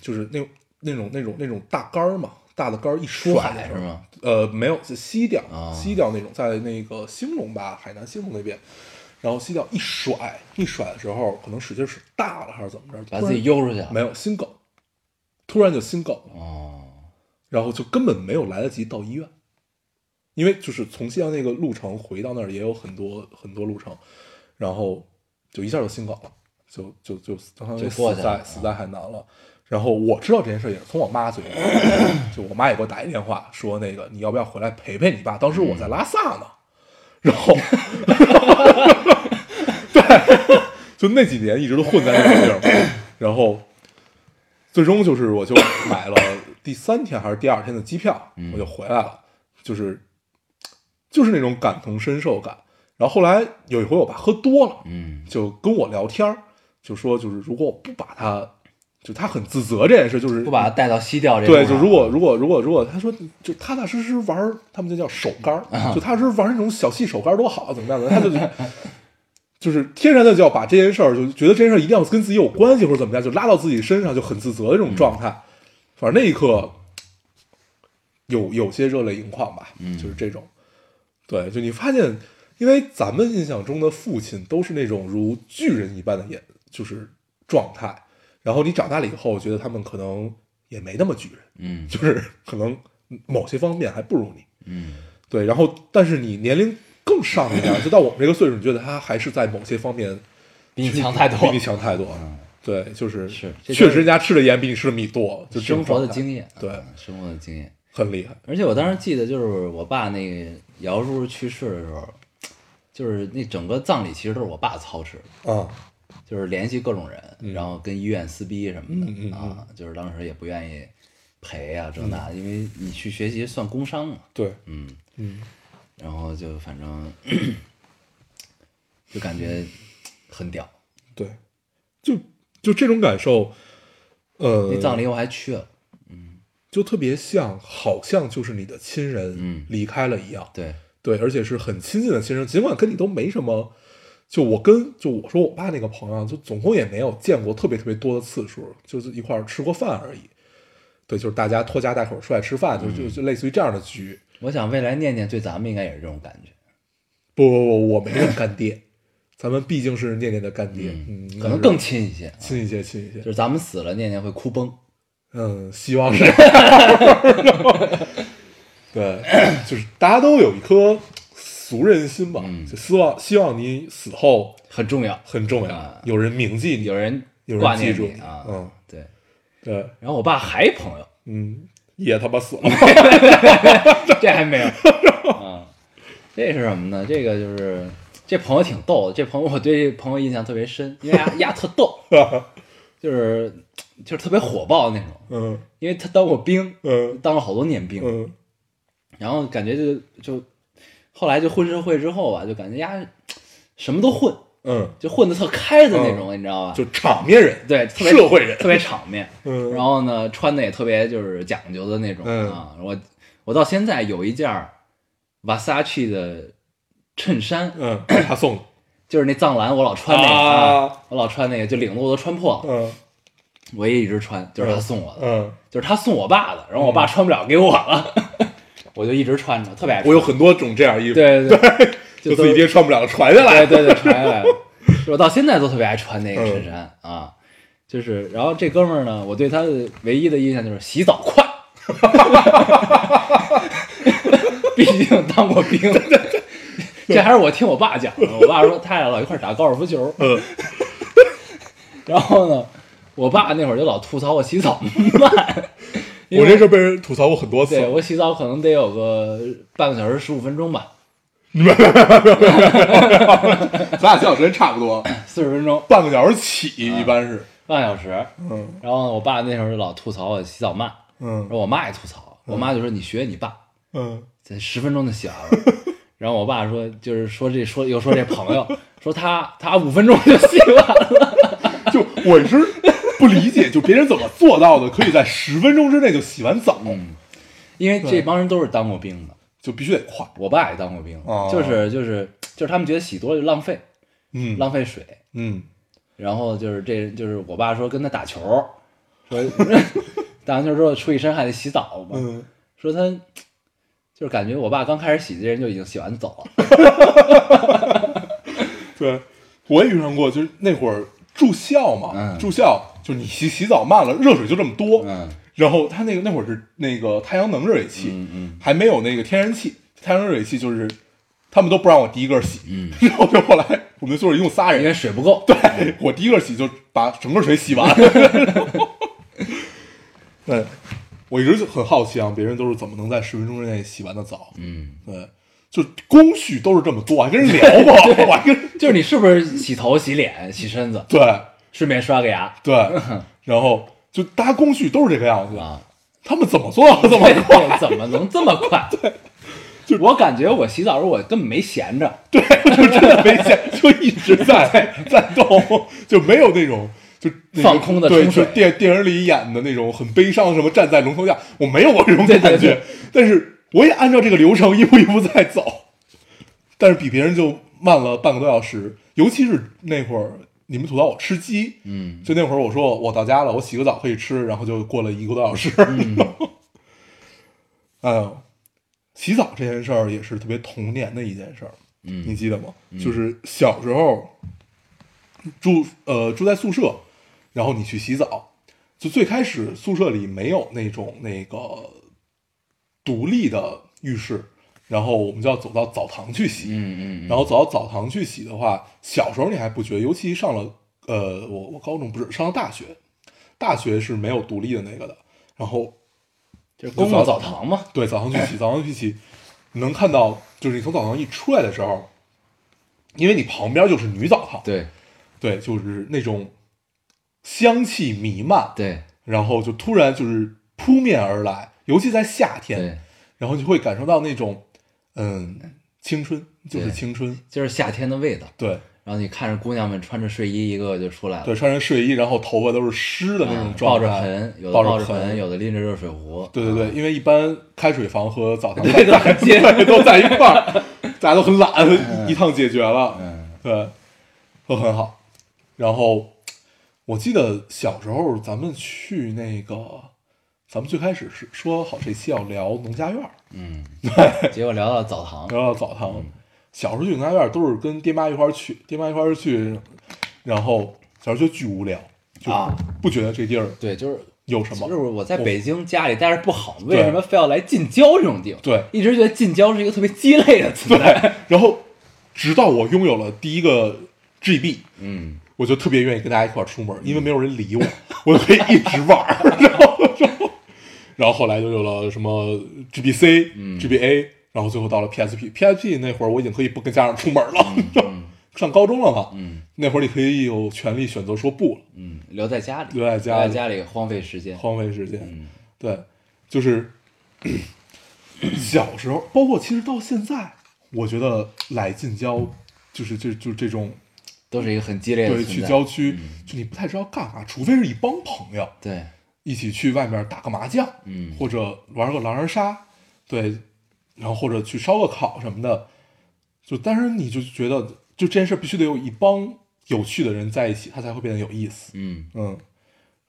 [SPEAKER 1] 就是那那种那种那种大杆儿嘛，大的杆儿一甩
[SPEAKER 2] 甩是吗？
[SPEAKER 1] 呃，没有，是西钓，
[SPEAKER 2] 啊
[SPEAKER 1] 西钓那种，在那个兴隆吧，海南兴隆那边，然后西钓一甩，一甩的时候，可能使劲使大了还是怎么着，
[SPEAKER 2] 把
[SPEAKER 1] 突然
[SPEAKER 2] 自己悠出去了。
[SPEAKER 1] 没有心梗，突然就心梗了，
[SPEAKER 2] 哦，
[SPEAKER 1] 然后就根本没有来得及到医院，因为就是从西钓那个路程回到那儿也有很多很多路程，然后就一下就心梗了，就就就相当于
[SPEAKER 2] 就
[SPEAKER 1] 死
[SPEAKER 2] 过去了
[SPEAKER 1] 在死在海南了。然后我知道这件事也是从我 妈嘴里，就我妈也给我打一电话说那个你要不要回来陪陪你爸？当时我在拉萨呢，然后， 对，就那几年一直都混在那个地儿嘛，然后最终就是我就买了第三天还是第二天的机票，
[SPEAKER 2] 嗯
[SPEAKER 1] 我就回来了，就是就是那种感同身受感。然后后来有一回我爸喝多了，
[SPEAKER 2] 嗯
[SPEAKER 1] 就跟我聊天儿，就说就是如果我不把他，就他很自责这件事，就是
[SPEAKER 2] 不把他带到西钓这
[SPEAKER 1] 对，
[SPEAKER 2] 路
[SPEAKER 1] 就
[SPEAKER 2] 上
[SPEAKER 1] 如果如果如果如果他说就踏踏实实玩儿，他们就叫手杆儿，就踏踏实实玩儿那种小细手杆儿多好，怎么样的，他就就是天然的就要把这件事儿，就觉得这件事儿一定要跟自己有关系或者怎么样，就拉到自己身上，就很自责的这种状态。反正那一刻有有些热泪盈眶吧，就是这种。对，就你发现，因为咱们印象中的父亲都是那种如巨人一般的眼，就是状态。然后你长大了以后，觉得他们可能也没那么巨人，
[SPEAKER 2] 嗯
[SPEAKER 1] 就是可能某些方面还不如你。
[SPEAKER 2] 嗯
[SPEAKER 1] 对，然后但是你年龄更上一点儿，就到我们这个岁数，你觉得他还是在某些方面
[SPEAKER 2] 比你强太多
[SPEAKER 1] 比你强太多。对，就是
[SPEAKER 2] 是这
[SPEAKER 1] 确
[SPEAKER 2] 就是
[SPEAKER 1] 实人家吃的盐比你吃的米多，就这种
[SPEAKER 2] 生活的
[SPEAKER 1] 状态
[SPEAKER 2] 经验，
[SPEAKER 1] 对
[SPEAKER 2] 嗯生活的经验。
[SPEAKER 1] 很厉害。
[SPEAKER 2] 而且我当时记得，就是我爸那个姚叔叔去世的时候，就是那整个葬礼其实都是我爸操持的，
[SPEAKER 1] 啊，
[SPEAKER 2] 就是联系各种人，然后跟医院撕逼什么的、
[SPEAKER 1] 嗯嗯嗯嗯嗯
[SPEAKER 2] 啊，就是当时也不愿意赔啊这那，因为你去学习算工伤嘛，
[SPEAKER 1] 对，
[SPEAKER 2] 嗯，
[SPEAKER 1] 嗯，
[SPEAKER 2] 然后就反正 就感觉很屌。
[SPEAKER 1] 对，就就这种感受，呃
[SPEAKER 2] 那，葬礼我还去了，
[SPEAKER 1] 就特别像，好像就是你的亲人
[SPEAKER 2] 嗯
[SPEAKER 1] 离开了一样。
[SPEAKER 2] 对，
[SPEAKER 1] 对，而且是很亲近的亲人，尽管跟你都没什么。就我跟就我说我爸那个朋友，就总共也没有见过特别特别多的次数，就是一块儿吃过饭而已。对，就是大家拖家带口出来吃饭，
[SPEAKER 2] 嗯
[SPEAKER 1] 就就就类似于这样的局。
[SPEAKER 2] 我想未来念念对咱们应该也是这种感觉，
[SPEAKER 1] 不不不，我没认干爹，咱们毕竟是念念的干爹，嗯，
[SPEAKER 2] 可能更亲一些，
[SPEAKER 1] 亲一些，亲一些
[SPEAKER 2] 就。是咱们死了，念念会哭崩。
[SPEAKER 1] 嗯，希望是这样。对，就是大家都有一颗俗人心吧，
[SPEAKER 2] 嗯
[SPEAKER 1] 就希望希望你死后
[SPEAKER 2] 很重要，
[SPEAKER 1] 很重要
[SPEAKER 2] 啊，
[SPEAKER 1] 有人铭记你
[SPEAKER 2] 有。人
[SPEAKER 1] 有人
[SPEAKER 2] 挂
[SPEAKER 1] 记
[SPEAKER 2] 念
[SPEAKER 1] 住
[SPEAKER 2] 你啊，
[SPEAKER 1] 嗯，
[SPEAKER 2] 对。
[SPEAKER 1] 对，
[SPEAKER 2] 然后我爸还有朋友，
[SPEAKER 1] 嗯，也他妈死了。
[SPEAKER 2] 这还 没有，嗯，这是什么呢？这个就是这朋友挺逗的，这朋友我对这朋友印象特别深，因为丫丫特 逗，就是就是特别火爆那种，
[SPEAKER 1] 嗯
[SPEAKER 2] 因为他当过兵，
[SPEAKER 1] 嗯
[SPEAKER 2] 当了好多年兵，
[SPEAKER 1] 嗯
[SPEAKER 2] 然后感觉就就后来就混社会之后吧，就感觉丫什么都混，
[SPEAKER 1] 嗯，
[SPEAKER 2] 就混的特开的那种，你知道吧？
[SPEAKER 1] 就场面人。
[SPEAKER 2] 对，特别
[SPEAKER 1] 社会人
[SPEAKER 2] 特别场面。
[SPEAKER 1] 嗯
[SPEAKER 2] 然后呢，穿的也特别就是讲究的那种、
[SPEAKER 1] 嗯
[SPEAKER 2] 啊。我我到现在有一件儿 Versace 的衬衫，
[SPEAKER 1] 嗯，他送的。
[SPEAKER 2] 就是那藏蓝，我老穿那个、
[SPEAKER 1] 啊
[SPEAKER 2] 我老穿那个，就领子我都穿破了，
[SPEAKER 1] 嗯
[SPEAKER 2] 我也一直穿，就是他送我的，
[SPEAKER 1] 嗯，
[SPEAKER 2] 就是他送我爸的，然后我爸穿不了给我了， 我就一直穿着，特别爱穿。
[SPEAKER 1] 我有很多种这样衣服，
[SPEAKER 2] 对对对，
[SPEAKER 1] 就
[SPEAKER 2] 都
[SPEAKER 1] 自己爹穿不了，嗯传下来
[SPEAKER 2] 对。对对，传下来了。就我到现在都特别爱穿那个衬衫、啊，就是，然后这哥们儿呢，我对他的唯一的印象就是洗澡快， 毕竟当过兵。 这还是我听我爸讲的。我爸说他俩老一块儿打高尔夫球，
[SPEAKER 1] 嗯，
[SPEAKER 2] 然后呢，我爸那会儿就老吐槽我洗澡慢，因
[SPEAKER 1] 我
[SPEAKER 2] 为
[SPEAKER 1] 这事儿被人吐槽过很多次
[SPEAKER 2] 对，我洗澡可能得有个半个小时十五分钟吧，
[SPEAKER 1] 咱俩洗澡时间差不多，
[SPEAKER 2] 四十分钟
[SPEAKER 1] 半个小时起一般是，
[SPEAKER 2] 半小时。
[SPEAKER 1] 嗯
[SPEAKER 2] 然后呢，我爸那时候就老吐槽我洗澡慢，然
[SPEAKER 1] 嗯
[SPEAKER 2] 后我妈也吐槽，我妈就说你学你爸，
[SPEAKER 1] 嗯
[SPEAKER 2] 这十分钟就洗完了。然后我爸说，就是说这说又说这朋友说他他五分钟就洗完了，
[SPEAKER 1] 就我是不理解，就别人怎么做到的，可以在十分钟之内就洗完澡，
[SPEAKER 2] 因为这帮人都是当过兵的，
[SPEAKER 1] 就必须得快。
[SPEAKER 2] 我爸也当过兵，
[SPEAKER 1] 哦
[SPEAKER 2] 就是就是就是他们觉得洗多了就浪费
[SPEAKER 1] 嗯
[SPEAKER 2] 浪费水，
[SPEAKER 1] 嗯，
[SPEAKER 2] 然后就是这就是我爸说跟他打球，说 打完球之后出一身汗得洗澡嘛，
[SPEAKER 1] 嗯，
[SPEAKER 2] 说他就是感觉我爸刚开始洗，这人就已经洗完澡了，
[SPEAKER 1] 对，我也遇上过，就是那会儿住校嘛，
[SPEAKER 2] 嗯
[SPEAKER 1] 住校就是你洗洗澡慢了，热水就这么多，
[SPEAKER 2] 嗯
[SPEAKER 1] 然后他那个那会儿是那个太阳能热水器，
[SPEAKER 2] 嗯嗯
[SPEAKER 1] 还没有那个天然气，太阳能热水器就是他们都不让我第一个洗，
[SPEAKER 2] 嗯，
[SPEAKER 1] 然后就后来我们宿舍一共仨
[SPEAKER 2] 因为
[SPEAKER 1] 人，
[SPEAKER 2] 水不够，
[SPEAKER 1] 对我第一个洗就把整个水洗完， 对，我一直就很好奇啊，别人都是怎么能在十分钟之内洗完的澡，
[SPEAKER 2] 嗯。
[SPEAKER 1] 对，就工序都是这么多，我还跟人聊 过，我还跟人
[SPEAKER 2] 就是你是不是洗头、洗脸、洗身子，
[SPEAKER 1] 对。
[SPEAKER 2] 顺便刷个牙
[SPEAKER 1] 对，然后就大家工序都是这个样子，
[SPEAKER 2] 啊？
[SPEAKER 1] 他们怎么做到这么
[SPEAKER 2] 对对
[SPEAKER 1] 快？
[SPEAKER 2] 怎么能这么快？我感觉我洗澡的时候我根本没闲着，
[SPEAKER 1] 对，就真的没见，就一直在在动，就没有那种就那种
[SPEAKER 2] 放空的
[SPEAKER 1] 对，
[SPEAKER 2] 冲
[SPEAKER 1] 就
[SPEAKER 2] 水
[SPEAKER 1] 电电影里演的那种很悲伤，什么站在龙头下，我没有过这种
[SPEAKER 2] 对
[SPEAKER 1] 感觉，
[SPEAKER 2] 对对
[SPEAKER 1] 但是我也按照这个流程一步一步在走，但是比别人就慢了半个多小时，尤其是那会儿。你们吐槽我吃鸡，
[SPEAKER 2] 嗯，
[SPEAKER 1] 就那会儿我说我到家了，我洗个澡可以吃，然后就过了一个多小时。
[SPEAKER 2] 嗯
[SPEAKER 1] 哎呦，洗澡这件事儿也是特别童年的一件事儿，
[SPEAKER 2] 嗯
[SPEAKER 1] 你记得吗？就是小时候住呃住在宿舍，然后你去洗澡，就最开始宿舍里没有那种那个独立的浴室，然后我们就要走到澡堂去洗，
[SPEAKER 2] 嗯嗯
[SPEAKER 1] 然后走到澡堂去洗的话，小时候你还不觉得，尤其上了呃，我我高中不是上了大学，大学是没有独立的那个的。然后
[SPEAKER 2] 就是公共澡堂嘛，
[SPEAKER 1] 对澡堂去洗，澡堂去洗，你能看到就是你从澡堂一出来的时候，因为你旁边就是女澡堂，
[SPEAKER 2] 对
[SPEAKER 1] 对，就是那种香气弥漫，
[SPEAKER 2] 对
[SPEAKER 1] 然后就突然就是扑面而来，尤其在夏天，
[SPEAKER 2] 对，
[SPEAKER 1] 然后你会感受到那种嗯青春，就是
[SPEAKER 2] 对
[SPEAKER 1] 青春，
[SPEAKER 2] 就是夏天的味道。
[SPEAKER 1] 对。
[SPEAKER 2] 然后你看着姑娘们穿着睡衣，一个个就出来了，
[SPEAKER 1] 对，穿着睡衣，然后头发都是湿的那
[SPEAKER 2] 啊
[SPEAKER 1] 种状
[SPEAKER 2] 抱
[SPEAKER 1] 态，
[SPEAKER 2] 着盆，有的
[SPEAKER 1] 抱
[SPEAKER 2] 抱
[SPEAKER 1] 着
[SPEAKER 2] 盆，
[SPEAKER 1] 盆，
[SPEAKER 2] 有的拎着热水壶，
[SPEAKER 1] 对对
[SPEAKER 2] 啊
[SPEAKER 1] 对，，因为一般开水房和澡堂
[SPEAKER 2] 对都很近
[SPEAKER 1] 对都在一块儿，大家都很懒，一趟解决了，
[SPEAKER 2] 嗯
[SPEAKER 1] 对，都很好。然后我记得小时候咱们去那个，咱们最开始是说好这期要聊农家院儿，
[SPEAKER 2] 嗯，结果聊到澡堂，
[SPEAKER 1] 聊聊澡
[SPEAKER 2] 嗯
[SPEAKER 1] 堂。小时候去农家院儿都是跟爹妈一块儿去，爹妈一块儿去，然后小时候就巨无聊，就
[SPEAKER 2] 啊
[SPEAKER 1] 不觉得这地儿
[SPEAKER 2] 对，就是
[SPEAKER 1] 有什么
[SPEAKER 2] 就是。我在
[SPEAKER 1] 我
[SPEAKER 2] 北京家里待着不好，为
[SPEAKER 1] 对
[SPEAKER 2] 什么非要来近郊这种地方？
[SPEAKER 1] 对
[SPEAKER 2] 一直觉得近郊是一个特别鸡肋的存
[SPEAKER 1] 对
[SPEAKER 2] 在。，
[SPEAKER 1] 然后直到我拥有了第一个 GB，
[SPEAKER 2] 嗯，
[SPEAKER 1] 我就特别愿意跟大家一块儿出门，因为没有人理我， 我就可以一直玩儿。 然后，然后，然后后来就有了什么 GBC、GBA，
[SPEAKER 2] 嗯
[SPEAKER 1] 然后最后到了 PSP。PSP 那会儿我已经可以不跟家长出门了， 上高中了嘛，
[SPEAKER 2] 嗯
[SPEAKER 1] 那会儿你可以有权利选择说不了，
[SPEAKER 2] 嗯，留在家里，
[SPEAKER 1] 留在家里
[SPEAKER 2] 里荒废时间。
[SPEAKER 1] 荒废时间。
[SPEAKER 2] 嗯
[SPEAKER 1] 对，就是 小时候，包括其实到现在，我觉得来近郊，就是就就这种
[SPEAKER 2] 都是一个很激烈的
[SPEAKER 1] 对，
[SPEAKER 2] 存在。嗯
[SPEAKER 1] 去郊区，就你不太知道干嘛，除非是一帮朋友
[SPEAKER 2] 对，
[SPEAKER 1] 一起去外面打个麻将，
[SPEAKER 2] 嗯
[SPEAKER 1] 或者玩个狼人杀，对，然后或者去烧个烤什么的，就但是你就觉得，就这件事必须得有一帮有趣的人在一起，它才会变得有意思。
[SPEAKER 2] 嗯，
[SPEAKER 1] 嗯，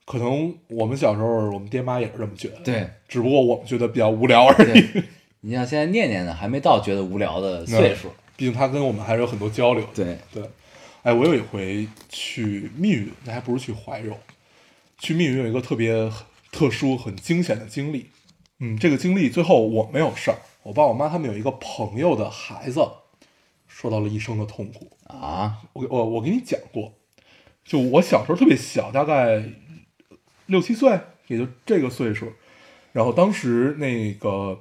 [SPEAKER 1] 可能我们小时候，我们爹妈也是这么觉得，，
[SPEAKER 2] 对
[SPEAKER 1] 只不过我们觉得比较无聊而已。
[SPEAKER 2] 对。 你像现在念念呢，还没到觉得无聊的 岁数。
[SPEAKER 1] 毕竟他跟我们还是有很多交流的。
[SPEAKER 2] 对，
[SPEAKER 1] 对，哎，我有一回去密云，那还不是去怀柔，去密云有一个特别特殊、很惊险的经历。嗯，这个经历最后我没有事儿，我爸我妈他们有一个朋友的孩子，受到了一生的痛苦。
[SPEAKER 2] 啊，
[SPEAKER 1] 我我我给你讲过，就我小时候特别小，大概六七岁，也就这个岁数。然后当时那个，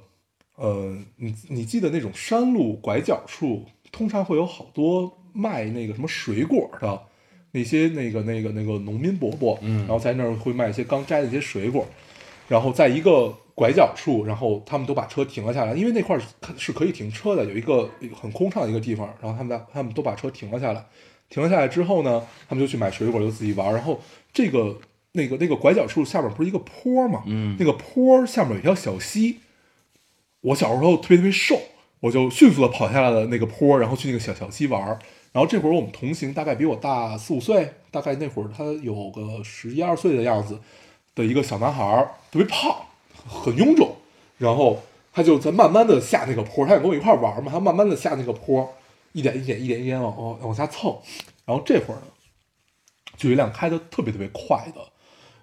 [SPEAKER 1] 呃，你你记得那种山路拐角处，通常会有好多卖那个什么水果的，那些那个那个那个农民伯伯，嗯，然后在那儿会卖一些刚摘的一些水果，然后在一个拐角处，然后他们都把车停了下来，因为那块儿是是可以停车的，有一个一个很空旷的一个地方，然后他们把他们都把车停了下来。停了下来之后呢，他们就去买水果，就自己玩儿。然后这个那个那个拐角处下面不是一个坡嘛，嗯，那个坡下面有一条小溪。我小时候特别特别瘦，我就迅速的跑下来了那个坡，然后去那个小小溪玩儿。然后这会儿我们同行大概比我大四五岁，大概那会儿他有个十一二岁的样子的一个小男孩儿，特别胖，很臃肿。然后他就在慢慢的下那个坡，他也跟我一块儿玩儿嘛，他慢慢的下那个坡，一点一点一点一点往往往下蹭。然后这会儿呢，就有一辆开的特别特别快的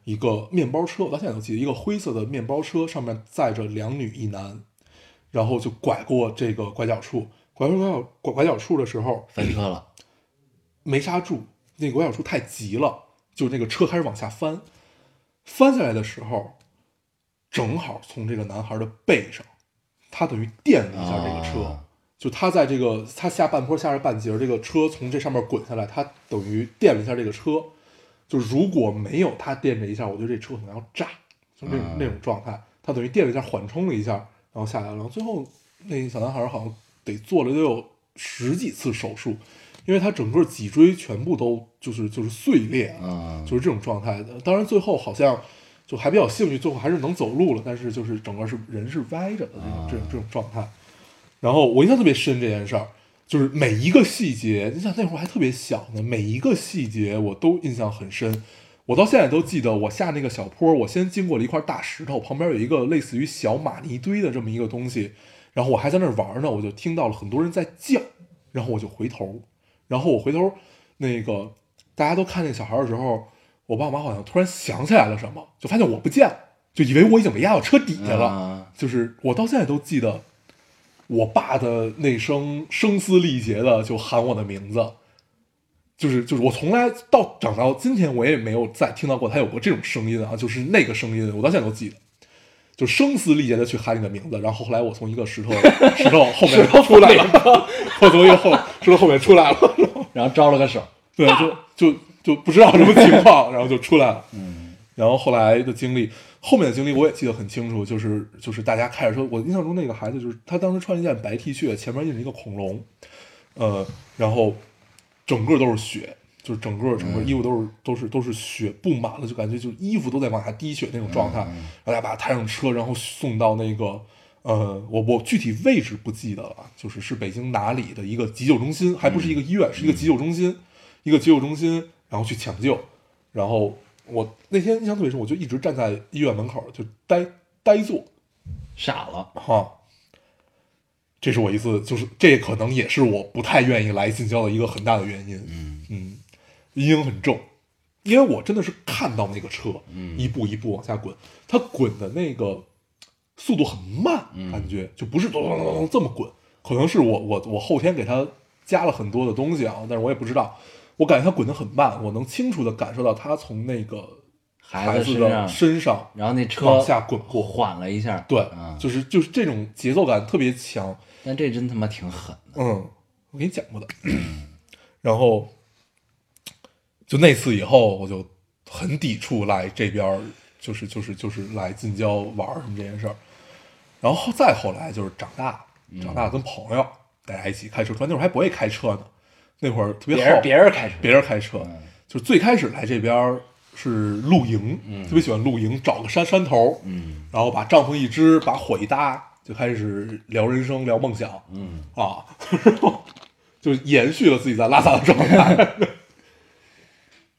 [SPEAKER 1] 一个面包车，我到现在都记得，一个灰色的面包车上面载着两女一男，然后就拐过这个拐角处，拐过拐角拐拐角处的时候
[SPEAKER 2] 翻车了，
[SPEAKER 1] 没刹住，那个拐角处太急了，就那个车开始往下翻，翻下来的时候，正好从这个男孩的背上，他等于垫了一下这个车。
[SPEAKER 2] 啊
[SPEAKER 1] 就他在这个他下半坡下着半截儿，这个车从这上面滚下来，他等于垫了一下这个车。就如果没有他垫这一下，我觉得这车可能要炸，就那种、
[SPEAKER 2] 啊
[SPEAKER 1] 那种状态。他等于垫了一下，缓冲了一下，然后下来了。然后最后那小男孩好像得做了得有十几次手术，因为他整个脊椎全部都就是就是碎裂啊
[SPEAKER 2] 啊，
[SPEAKER 1] 就是这种状态的。当然最后好像就还比较幸运，最后还是能走路了，但是就是整个是人是歪着的这种、这种这种状态。然后我印象特别深这件事儿，就是每一个细节，你想那会儿还特别小呢，每一个细节我都印象很深。我到现在都记得，我下那个小坡，我先经过了一块大石头，旁边有一个类似于小马泥堆的这么一个东西，然后我还在那儿玩呢，我就听到了很多人在叫，然后我就回头，然后我回头，那个大家都看那小孩的时候，我爸我妈好像突然想起来了什么，就发现我不见了，就以为我已经被压到车底下了。
[SPEAKER 2] 啊
[SPEAKER 1] 就是我到现在都记得，我爸的那声声嘶力竭的就喊我的名字，就是就是我从来到长到今天，我也没有再听到过他有过这种声音啊，就是那个声音，我到现在都记得。就声嘶力竭的去喊你的名字，然后后来我从一个石头石头后面出 来了，我从一个后石头后面出来了，
[SPEAKER 2] 嗯然后招了个手，
[SPEAKER 1] 对，就就就不知道什么情况，然后就出来了。然后后来的经历，后面的经历我也记得很清楚，就是就是大家开着车，我印象中那个孩子就是他当时穿了一件白 T 恤，前面印着一个恐龙，呃，然后整个都是血，就是整个整个衣服都是、都是都是血布满了，就感觉就衣服都在往下滴血那种状态，然后大家把他抬上车，然后送到那个。呃，我我具体位置不记得了，就是是北京哪里的一个急救中心，还不是一个医院，是一个急救中心，一个急救中心，然后去抢救，然后我那天印象特别深，我就一直站在医院门口就呆呆坐
[SPEAKER 2] 傻了，
[SPEAKER 1] 哈。这是我一次，就是这可能也是我不太愿意来近郊的一个很大的原因。嗯阴影很重，因为我真的是看到那个车、
[SPEAKER 2] 嗯
[SPEAKER 1] 一步一步往下滚，它滚的那个速度很慢，
[SPEAKER 2] 嗯
[SPEAKER 1] 感觉就不是咚咚咚咚这么滚，可能是我我我后天给它加了很多的东西啊，但是我也不知道，我感觉它滚得很慢，我能清楚的感受到它从那个
[SPEAKER 2] 孩
[SPEAKER 1] 孩
[SPEAKER 2] 子
[SPEAKER 1] 子
[SPEAKER 2] 身
[SPEAKER 1] 的
[SPEAKER 2] 上，
[SPEAKER 1] 身上
[SPEAKER 2] 然后那车
[SPEAKER 1] 往下滚过
[SPEAKER 2] 缓了一下，
[SPEAKER 1] 对，
[SPEAKER 2] 啊，
[SPEAKER 1] 就是就是这种节奏感特别强。
[SPEAKER 2] 但这真他妈挺狠的，
[SPEAKER 1] 嗯，我给你讲过的。 然后就那次以后，我就很抵触来这边儿，就是就是就是来近郊玩儿什么这件事儿。然后再后来就是长大，长
[SPEAKER 2] 嗯
[SPEAKER 1] 大跟朋友大家一起开车，突然那会儿还不会开车呢，那会儿特别
[SPEAKER 2] 别
[SPEAKER 1] 好
[SPEAKER 2] 人别人开车，
[SPEAKER 1] 别人开车，
[SPEAKER 2] 嗯
[SPEAKER 1] 就是最开始来这边儿是露营，
[SPEAKER 2] 嗯
[SPEAKER 1] 特别喜欢露营，找个山山头，嗯，然后把帐篷一支，把火一搭，就开始聊人生，聊梦想，嗯啊， 然后就延续了自己在拉萨的状态。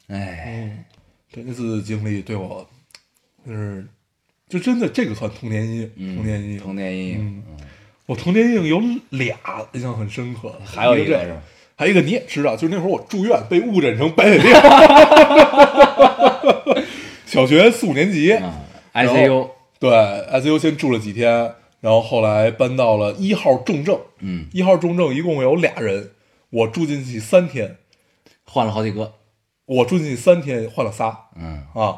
[SPEAKER 2] 哎，
[SPEAKER 1] 对那次经历对我，就是就真的这个算童年阴影，嗯童年阴影，
[SPEAKER 2] 嗯
[SPEAKER 1] 嗯
[SPEAKER 2] 童年嗯阴影，
[SPEAKER 1] 我童年阴影有俩印象很深刻，
[SPEAKER 2] 还有一
[SPEAKER 1] 个
[SPEAKER 2] 个
[SPEAKER 1] 这
[SPEAKER 2] 是吧
[SPEAKER 1] 还有一个你也知道，就是那会儿我住院被误诊成白血病， 小学四五年级，
[SPEAKER 2] 啊，ICU
[SPEAKER 1] 对 ICU 先住了几天，然后后来搬到了一号重症，
[SPEAKER 2] 嗯，
[SPEAKER 1] 一号重症一共有俩人，我住进去三天，
[SPEAKER 2] 换了好几个，
[SPEAKER 1] 我住进去三天换了仨
[SPEAKER 2] 嗯，
[SPEAKER 1] 啊，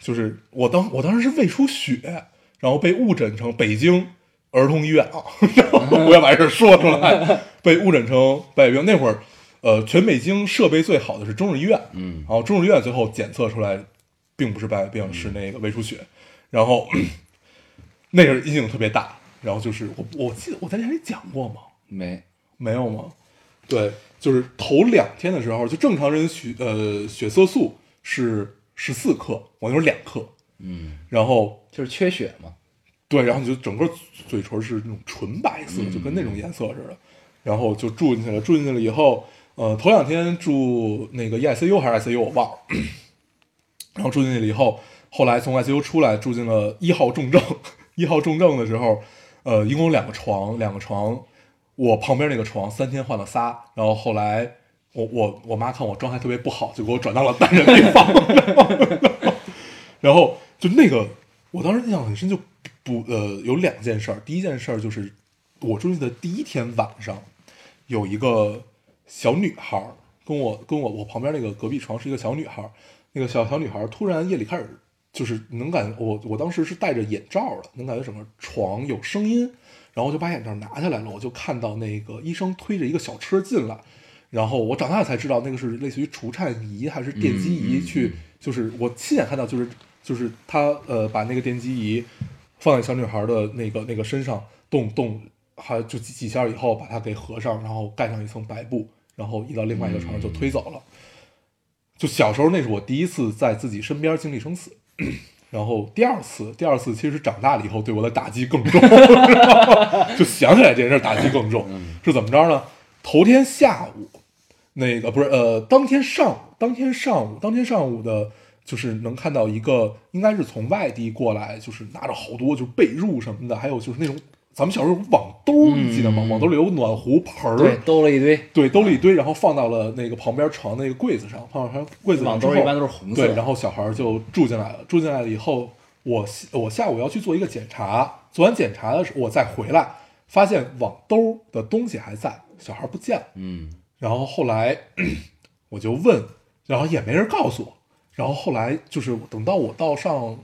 [SPEAKER 1] 就是我当我当时是胃出血，然后被误诊成北京儿童医院啊， 然后我要把这事儿说出来，被误诊成北京那会儿，呃，全北京设备最好的是中日医院，
[SPEAKER 2] 嗯，
[SPEAKER 1] 然后中日医院最后检测出来并不是白血病，是那个胃出血，然后 那阵儿阴影特别大，然后就是我我记得我在电台里讲过吗？
[SPEAKER 2] 没，
[SPEAKER 1] 没有吗？对，就是头两天的时候，就正常人血呃血色素是十四克，我那时候两克，
[SPEAKER 2] 嗯，
[SPEAKER 1] 然后
[SPEAKER 2] 就是缺血嘛，
[SPEAKER 1] 对，然后你就整个嘴唇是那种纯白色，就跟那种颜色似的，然后就住进去了。住进去了以后，呃，头两天住那个 E EICU 还是 ICU 我忘了， 然后住进去了以后，后来从 E ICU 出来，住进了一号重症。一号重症的时候，呃，一共有两个床，两个床，我旁边那个床三天换了仨，然后后来我我我妈看我状态特别不好，就给我转到了单人病房，然后就那个我当时印象很深，就不呃有两件事儿，第一件事儿就是我住进去的第一天晚上，有一个小女孩儿跟我跟我我旁边那个隔壁床是一个小女孩儿，那个小小女孩儿突然夜里开始就是能感我我当时是戴着眼罩的，能感觉整个床有声音，然后我就把眼罩拿下来了，我就看到那个医生推着一个小车进来，然后我长大了才知道那个是类似于除颤仪还是电击
[SPEAKER 2] 嗯嗯
[SPEAKER 1] 仪
[SPEAKER 2] 嗯
[SPEAKER 1] 去，就是我亲眼看到就是就是他呃把那个电击仪放在小女孩的那个那个身上动动，还就几几下以后把它给合上，然后盖上一层白布，然后移到另外一个床上就推走了。就小时候那是我第一次在自己身边经历生死，然后第二次，第二次其实长大了以后对我的打击更重， 就想起来这件事儿打击更重，
[SPEAKER 2] 嗯
[SPEAKER 1] 是怎么着呢？头天下午，那个不是呃，当天上午，当天上午，当天上午的，就是能看到一个应该是从外地过来，就是拿着好多就是被褥什么的，还有就是那种咱们小时候有网兜儿，你记得吗？
[SPEAKER 2] 嗯
[SPEAKER 1] 网兜里有暖壶盆儿，
[SPEAKER 2] 对，兜了一堆，
[SPEAKER 1] 对，兜了一堆，然后放到了那个旁边床那个柜子上，放到床柜子上
[SPEAKER 2] 网
[SPEAKER 1] 之后
[SPEAKER 2] 兜一般都是红色
[SPEAKER 1] 对，
[SPEAKER 2] 的，
[SPEAKER 1] 然后小孩儿就住进来了，住进来了以后，我下我下午要去做一个检查，做完检查的时候我再回来，发现网兜的东西还在，小孩儿不见了。
[SPEAKER 2] 嗯，
[SPEAKER 1] 然后后来 我就问，然后也没人告诉我。然后后来就是等到我到上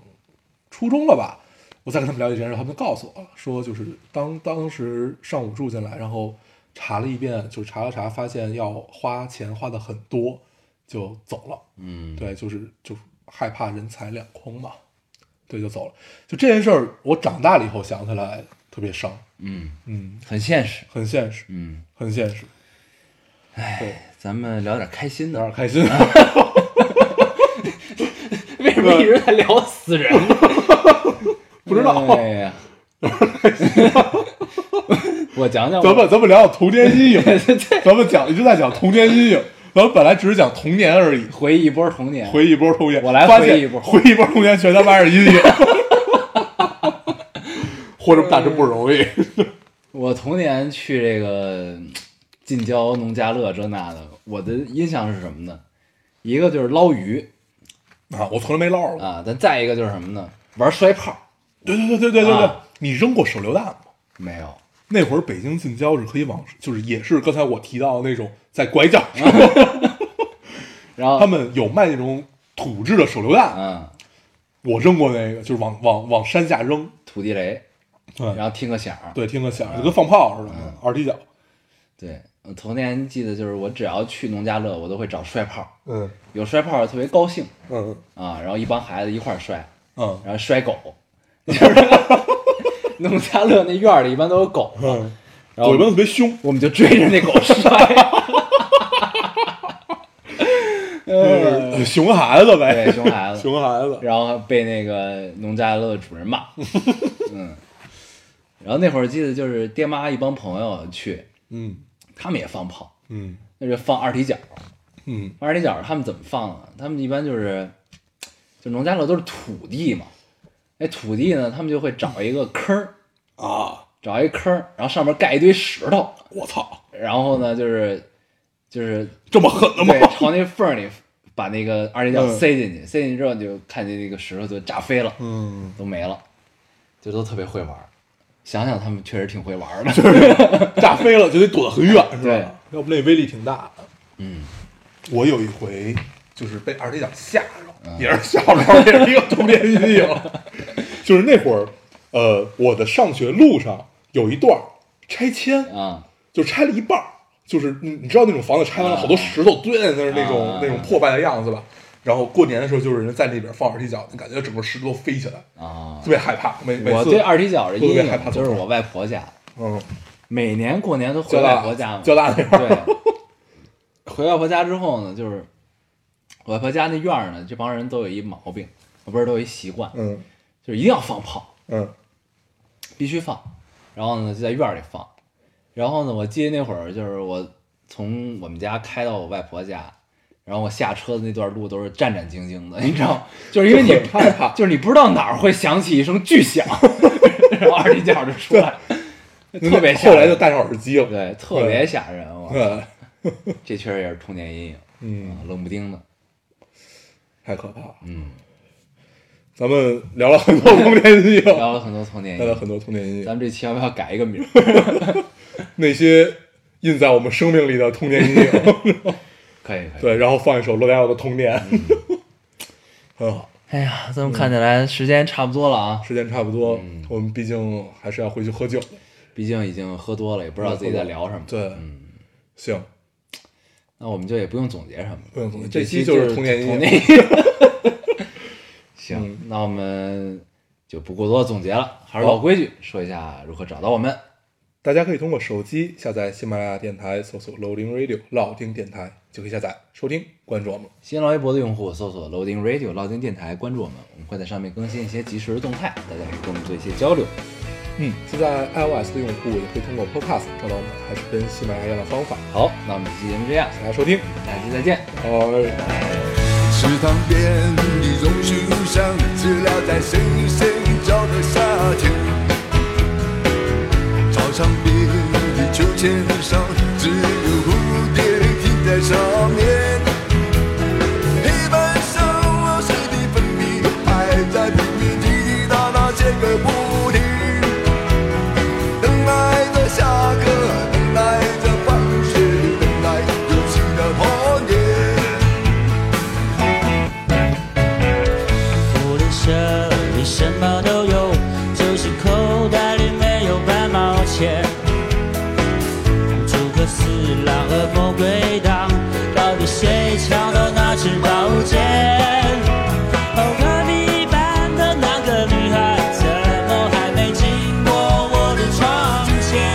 [SPEAKER 1] 初中了吧，我再跟他们了解这件事，他们就告诉我了，说就是当当时上午住进来，然后查了一遍，就查了查，发现要花钱花的很多，就走了。
[SPEAKER 2] 嗯，
[SPEAKER 1] 对，就是就是害怕人财两空嘛，对，就走了。就这件事儿，我长大了以后想起来特别伤，
[SPEAKER 2] 嗯，
[SPEAKER 1] 嗯，
[SPEAKER 2] 很现实，
[SPEAKER 1] 很现实，
[SPEAKER 2] 嗯，
[SPEAKER 1] 很现实，
[SPEAKER 2] 咱们聊点开心
[SPEAKER 1] 有
[SPEAKER 2] 的，
[SPEAKER 1] 点开心。
[SPEAKER 2] 为什么一直在聊死 人呢？
[SPEAKER 1] 不知道
[SPEAKER 2] 哎呀， 我讲讲我，
[SPEAKER 1] 咱们咱们聊聊童年 阴影，
[SPEAKER 2] 对对
[SPEAKER 1] 咱们讲一直在讲童年阴影，咱们本来只是讲童年而已，
[SPEAKER 2] 回忆一波童年，
[SPEAKER 1] 回忆一波童年，
[SPEAKER 2] 我来
[SPEAKER 1] 发
[SPEAKER 2] 回
[SPEAKER 1] 现
[SPEAKER 2] 忆一波
[SPEAKER 1] 回忆一波童年全他妈是阴影， 活这么大真不容易。
[SPEAKER 2] 我童年去这个嗯近郊农家乐这那的，我的印象是什么呢？一个就是捞鱼
[SPEAKER 1] 啊，我从来没落过。
[SPEAKER 2] 啊，但再一个就是什么呢？玩摔炮
[SPEAKER 1] 对对对对对对对
[SPEAKER 2] 啊，
[SPEAKER 1] 你扔过手榴弹吗？
[SPEAKER 2] 没有？
[SPEAKER 1] 那会儿北京近郊是可以往，就是也是刚才我提到的那种在拐角
[SPEAKER 2] 啊
[SPEAKER 1] 上，
[SPEAKER 2] 然后
[SPEAKER 1] 他们有卖那种土制的手榴弹，
[SPEAKER 2] 嗯，
[SPEAKER 1] 我扔过那个，就是往往往山下扔，
[SPEAKER 2] 土地雷，
[SPEAKER 1] 对
[SPEAKER 2] 然后听个响儿。
[SPEAKER 1] 对，听个响，就跟放炮似的，
[SPEAKER 2] 啊
[SPEAKER 1] 二踢脚，
[SPEAKER 2] 对，我童年记得就是我只要去农家乐，我都会找摔炮，
[SPEAKER 1] 嗯
[SPEAKER 2] 有摔炮特别高兴
[SPEAKER 1] 嗯
[SPEAKER 2] 啊，然后一帮孩子一块儿摔，
[SPEAKER 1] 嗯
[SPEAKER 2] 然后摔狗， 就是 农家乐那院儿里一般都有狗，
[SPEAKER 1] 嗯，
[SPEAKER 2] 然后
[SPEAKER 1] 狗一般特别凶，
[SPEAKER 2] 我们就追着那狗摔，
[SPEAKER 1] 就是熊孩子
[SPEAKER 2] 呃
[SPEAKER 1] 呗，
[SPEAKER 2] 对，熊孩子，
[SPEAKER 1] 熊孩子，
[SPEAKER 2] 然后被那个农家乐主人骂，嗯，然后那会儿记得就是爹妈一帮朋友去，
[SPEAKER 1] 嗯
[SPEAKER 2] 他们也放炮，
[SPEAKER 1] 嗯
[SPEAKER 2] 那就放二踢脚，
[SPEAKER 1] 嗯
[SPEAKER 2] 放二踢脚他们怎么放啊？他们一般就是，就农家乐都是土地嘛，那土地呢，他们就会找一个坑儿，
[SPEAKER 1] 啊，
[SPEAKER 2] 找一坑儿，然后上面盖一堆石头，
[SPEAKER 1] 我操，
[SPEAKER 2] 然后呢就是就是
[SPEAKER 1] 这么狠的 吗
[SPEAKER 2] 对？，朝那缝儿里把那个二踢脚
[SPEAKER 1] 嗯
[SPEAKER 2] 塞进去，塞进去之后你就看见那个石头就炸飞了，
[SPEAKER 1] 嗯
[SPEAKER 2] 都没了，就都特别会玩儿。想想他们确实挺会玩的。
[SPEAKER 1] 炸飞了就得躲得很远，是
[SPEAKER 2] 对
[SPEAKER 1] 吧？要不那威力挺大的。
[SPEAKER 2] 嗯，
[SPEAKER 1] 我有一回就是被二踢脚吓
[SPEAKER 2] 嗯
[SPEAKER 1] 着，也是小时候也是一个童年阴影， 就是那会儿，呃，我的上学路上有一段儿拆迁，
[SPEAKER 2] 啊，
[SPEAKER 1] 就拆了一半儿，就是你你知道那种房子拆完了，
[SPEAKER 2] 啊
[SPEAKER 1] 好多石头堆在那儿那种
[SPEAKER 2] 啊
[SPEAKER 1] 那种破败的样子吧。然后过年的时候，就是人在那边放二踢脚，感觉整个石头都飞起来，
[SPEAKER 2] 啊
[SPEAKER 1] 特，别害怕。每每次
[SPEAKER 2] 我对二踢脚的阴
[SPEAKER 1] 特别害怕
[SPEAKER 2] 影
[SPEAKER 1] 走
[SPEAKER 2] 就是
[SPEAKER 1] 路
[SPEAKER 2] 我外婆家，
[SPEAKER 1] 嗯，
[SPEAKER 2] 每年过年都
[SPEAKER 1] 交
[SPEAKER 2] 回
[SPEAKER 1] 大
[SPEAKER 2] 外婆家嘛。
[SPEAKER 1] 交大那边儿，
[SPEAKER 2] 对，回外婆家之后呢，就是我外婆家那院儿呢，这帮人都有一毛病，我不是都有一习惯，
[SPEAKER 1] 嗯
[SPEAKER 2] 就是一定要放炮，
[SPEAKER 1] 嗯
[SPEAKER 2] 必须放。然后呢，就在院儿里放。然后呢，我记得那会儿就是我从我们家开到我外婆家，然后我下车的那段路都是战战兢兢的，你知道吗，就是因为你
[SPEAKER 1] 就很害怕
[SPEAKER 2] 就是你不知道哪儿会响起一声巨响， 然后二踢脚就出来，特别吓
[SPEAKER 1] 后
[SPEAKER 2] 人。
[SPEAKER 1] 来就戴上耳机了。
[SPEAKER 2] 对，特别吓人，我
[SPEAKER 1] 对，
[SPEAKER 2] 这确实也是童年阴影，
[SPEAKER 1] 嗯，
[SPEAKER 2] 啊冷不丁的。
[SPEAKER 1] 太可怕了。
[SPEAKER 2] 嗯，
[SPEAKER 1] 咱们聊了很多童年阴影，聊
[SPEAKER 2] 聊了很多童年阴
[SPEAKER 1] 了
[SPEAKER 2] 影，
[SPEAKER 1] 很多童年阴
[SPEAKER 2] 咱
[SPEAKER 1] 影，
[SPEAKER 2] 们这期要不要改一个名儿？
[SPEAKER 1] 那些印在我们生命里的童年 阴影。
[SPEAKER 2] 可以，可以。
[SPEAKER 1] 对，然后放一首罗大佑的《童年》，
[SPEAKER 2] 嗯
[SPEAKER 1] 很好。
[SPEAKER 2] 哎呀，咱们看起来时间差不多了啊，
[SPEAKER 1] 时间差不多，我们毕竟还是要回去喝酒，
[SPEAKER 2] 毕竟已经喝多了，也不知道自己在聊什么。
[SPEAKER 1] 对，行，
[SPEAKER 2] 那我们就也不用总结什么了，
[SPEAKER 1] 不用总结
[SPEAKER 2] 这
[SPEAKER 1] 这期
[SPEAKER 2] 就
[SPEAKER 1] 就是是童年阴影嗯
[SPEAKER 2] 童年阴影。 行，那我们就不过多总结了，还是老规矩，说一下如何找到我们。
[SPEAKER 1] 大家可以通过手机下载喜马拉雅电台，搜索 Loading Radio 老丁电台就可以下载收听，关注我们。
[SPEAKER 2] 新浪微博的用户搜索 Loading Radio 老丁电台，关注我们，我们会在上面更新一些即时的动态，大家可以跟我们做一些交流。
[SPEAKER 1] 嗯，现在 iOS 的用户也可以通过 Podcast 找到我们，还是跟喜马拉雅一样的方法。
[SPEAKER 2] 好，那我们这期节目这样，
[SPEAKER 1] 大家收听，
[SPEAKER 2] 下期再见。
[SPEAKER 1] 呃，
[SPEAKER 3] 池塘边的榕树上，知了在声声叫着夏天。操场边的秋千上，只有蝴蝶停在上面。黑板上老师的粉笔还在拼命滴滴答答写个不停，等待着下课，等待着放学，等待游戏的童年。
[SPEAKER 4] 福利社里什么都有，就是口袋里没有半毛钱。诸葛四郎和魔鬼党，到底谁抢到那支宝剑？哦，隔壁班的那个女孩，怎么还没经过我的窗前？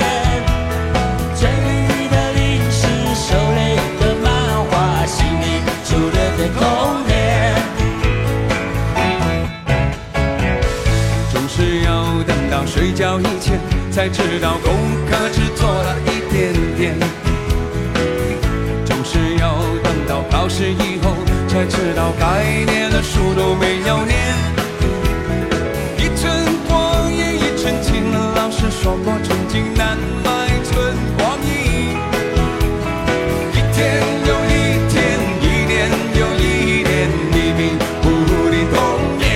[SPEAKER 4] 嘴里的零食，手里的漫画，心里住着的童年。
[SPEAKER 3] 总是要等到睡觉以前，才知道功课只做了一点点。总是要等到考试以后，才知道该念的书都没有念。一寸光阴一寸金，老师说过寸金难买寸光阴。一天又一天，一年又一年，一命不如的童年。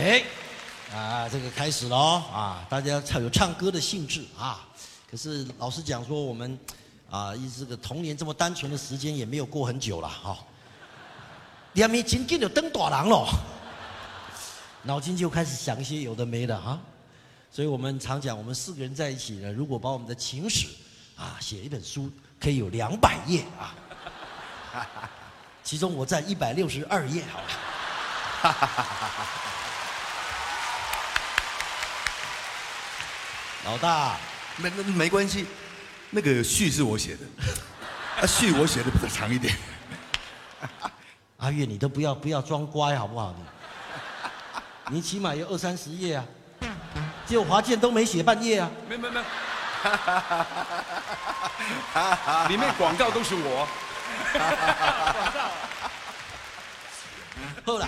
[SPEAKER 5] 哎开始了哦啊！大家唱有唱歌的兴致啊。可是老实讲说，我们啊，一这个童年这么单纯的时间也没有过很久了哈。两面紧紧就登大郎了，脑筋就开始想一些有的没的啊。所以我们常讲，我们四个人在一起呢，如果把我们的情史啊写一本书，可以有两百页啊。其中我占一百六十二页，好吧。老大，
[SPEAKER 6] 没那没关系，那个序是我写的，啊序我写的比较长一点。
[SPEAKER 5] 阿月，你都不要不要装乖好不好你？ 你起码有二三十页啊，结果华健都没写半页啊。
[SPEAKER 3] 没没 没，里面广 告都是我。
[SPEAKER 5] 后来